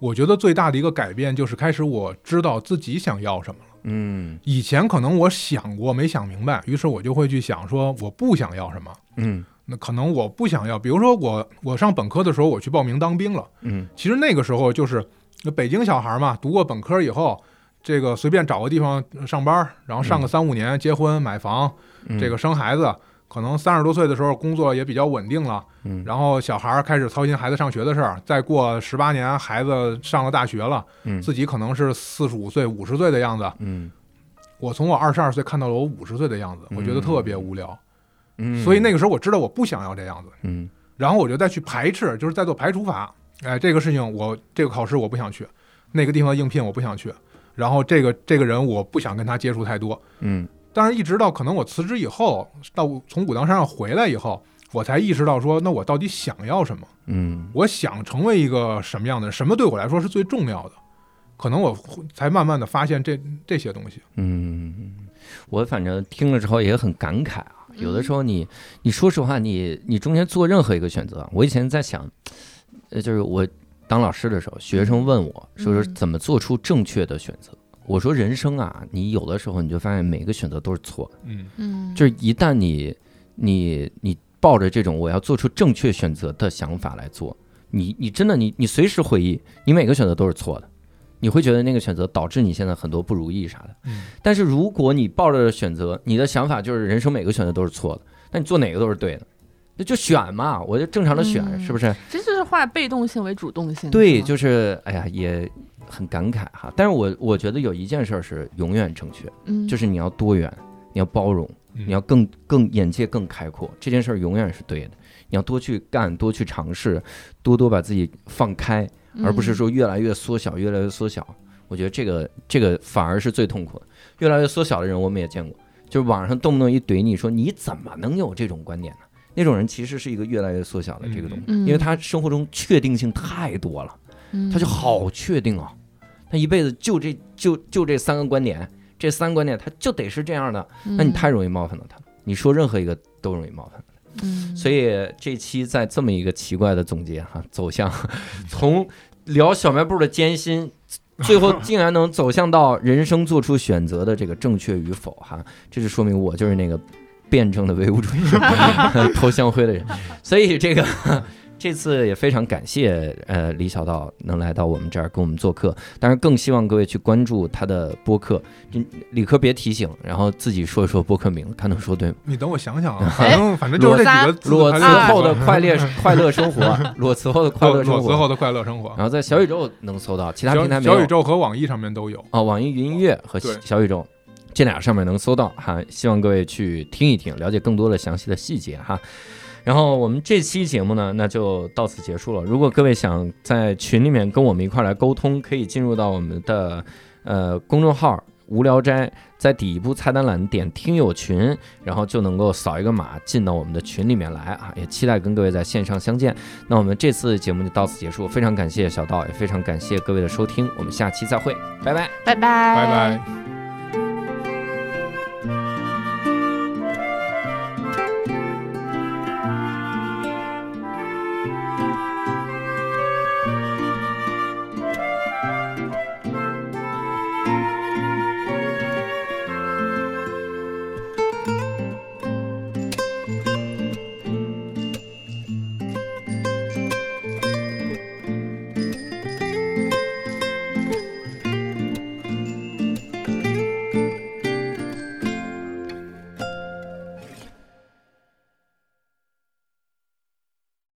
我觉得最大的一个改变就是开始我知道自己想要什么了。
嗯
以前可能我想过没想明白，于是我就会去想说我不想要什么。
嗯
那可能我不想要，比如说我我上本科的时候我去报名当兵了，
嗯
其实那个时候就是那北京小孩嘛，读过本科以后，这个
嗯
随便找个地方上班，然后上个三五年，结婚买房，这个生孩子，可能三十多岁的时候工作也比较稳定了，
嗯
然后小孩儿开始操心孩子上学的事儿，再过十八年孩子上了大学了，
嗯
自己可能是四十五岁、五十岁的样子。
嗯
我从我二十二岁看到了我五十岁的样子，我觉得特别无聊，
嗯，
所以那个时候我知道我不想要这样子，
嗯
然后我就再去排斥，就是在做排除法。哎，这个事情我这个考试我不想去，那个地方应聘我不想去，然后这个这个人我不想跟他接触太多。
嗯
但是，一直到可能我辞职以后，到从武当山上回来以后，我才意识到说，那我到底想要什么？
嗯
我想成为一个什么样的人？什么对我来说是最重要的？可能我会才慢慢的发现这这些东西。
嗯，我反正听了之后也很感慨啊。有的时候你，你说实话，你你中间做任何一个选择，我以前在想，呃，就是我当老师的时候，学生问我说是
嗯
怎么做出正确的选择。我说人生啊，你有的时候你就发现每个选择都是错的，
嗯
嗯，
就是一旦你你你抱着这种我要做出正确选择的想法来做，你你真的你你随时回忆，你每个选择都是错的，你会觉得那个选择导致你现在很多不如意啥的。
嗯
但是如果你抱着选择，你的想法就是人生每个选择都是错的，那你做哪个都是对的，那就选嘛，我就正常的选，
嗯
是不是？
其实是化被动性为主动性。
对，
是吗
就是哎呀，也很感慨哈。但是我我觉得有一件事儿是永远正确，
嗯，
就是你要多元，你要包容，
嗯
你要更更眼界更开阔，这件事儿永远是对的。你要多去干，多去尝试，多多把自己放开，
嗯
而不是说越来越缩小，越来越缩小。我觉得这个这个反而是最痛苦的。越来越缩小的人，我们也见过，就是网上动不动一怼你说你怎么能有这种观点呢？那种人其实是一个越来越缩小的这个东西，
嗯嗯
因为他生活中确定性太多了，
嗯
他就好确定啊，他一辈子就这就就这三个观点，这三个观点他就得是这样的，那你太容易冒犯到他了，你说任何一个都容易冒犯。
嗯，
所以这期在这么一个奇怪的总结哈、 走向从聊小卖部的艰辛，最后竟然能走向到人生做出选择的这个正确与否哈、这就说明我就是那个辩证的唯物主义者 投香灰的人。所以这个 这次也非常感谢呃李小道能来到我们这儿跟我们做客，当然更希望各位去关注他的播客。嗯理科别提醒，然后自己说一说播客名，看能说对吗？
你等我想想啊，反正反正就是这几 个字
裸
还
辞
是
后的快 乐快乐生活，啊裸辞后的快乐
裸
生
裸辞
活，
后的快乐生活
然，后在小宇宙能搜到，其他平台
小
没有
小宇宙和网易上面都有。
啊，网易云音乐和
对
小宇宙。这俩上面能搜到哈，希望各位去听一听，了解更多的详细的细节哈。然后我们这期节目呢，那就到此结束了。如果各位想在群里面跟我们一块儿来沟通，可以进入到我们的呃公众号“无聊斋”，在底部菜单栏点“听友群”，然后就能够扫一个码进到我们的群里面来啊。也期待跟各位在线上相见。那我们这次节目就到此结束，非常感谢小道，也非常感谢各位的收听，我们下期再会，拜拜。
拜拜
拜拜。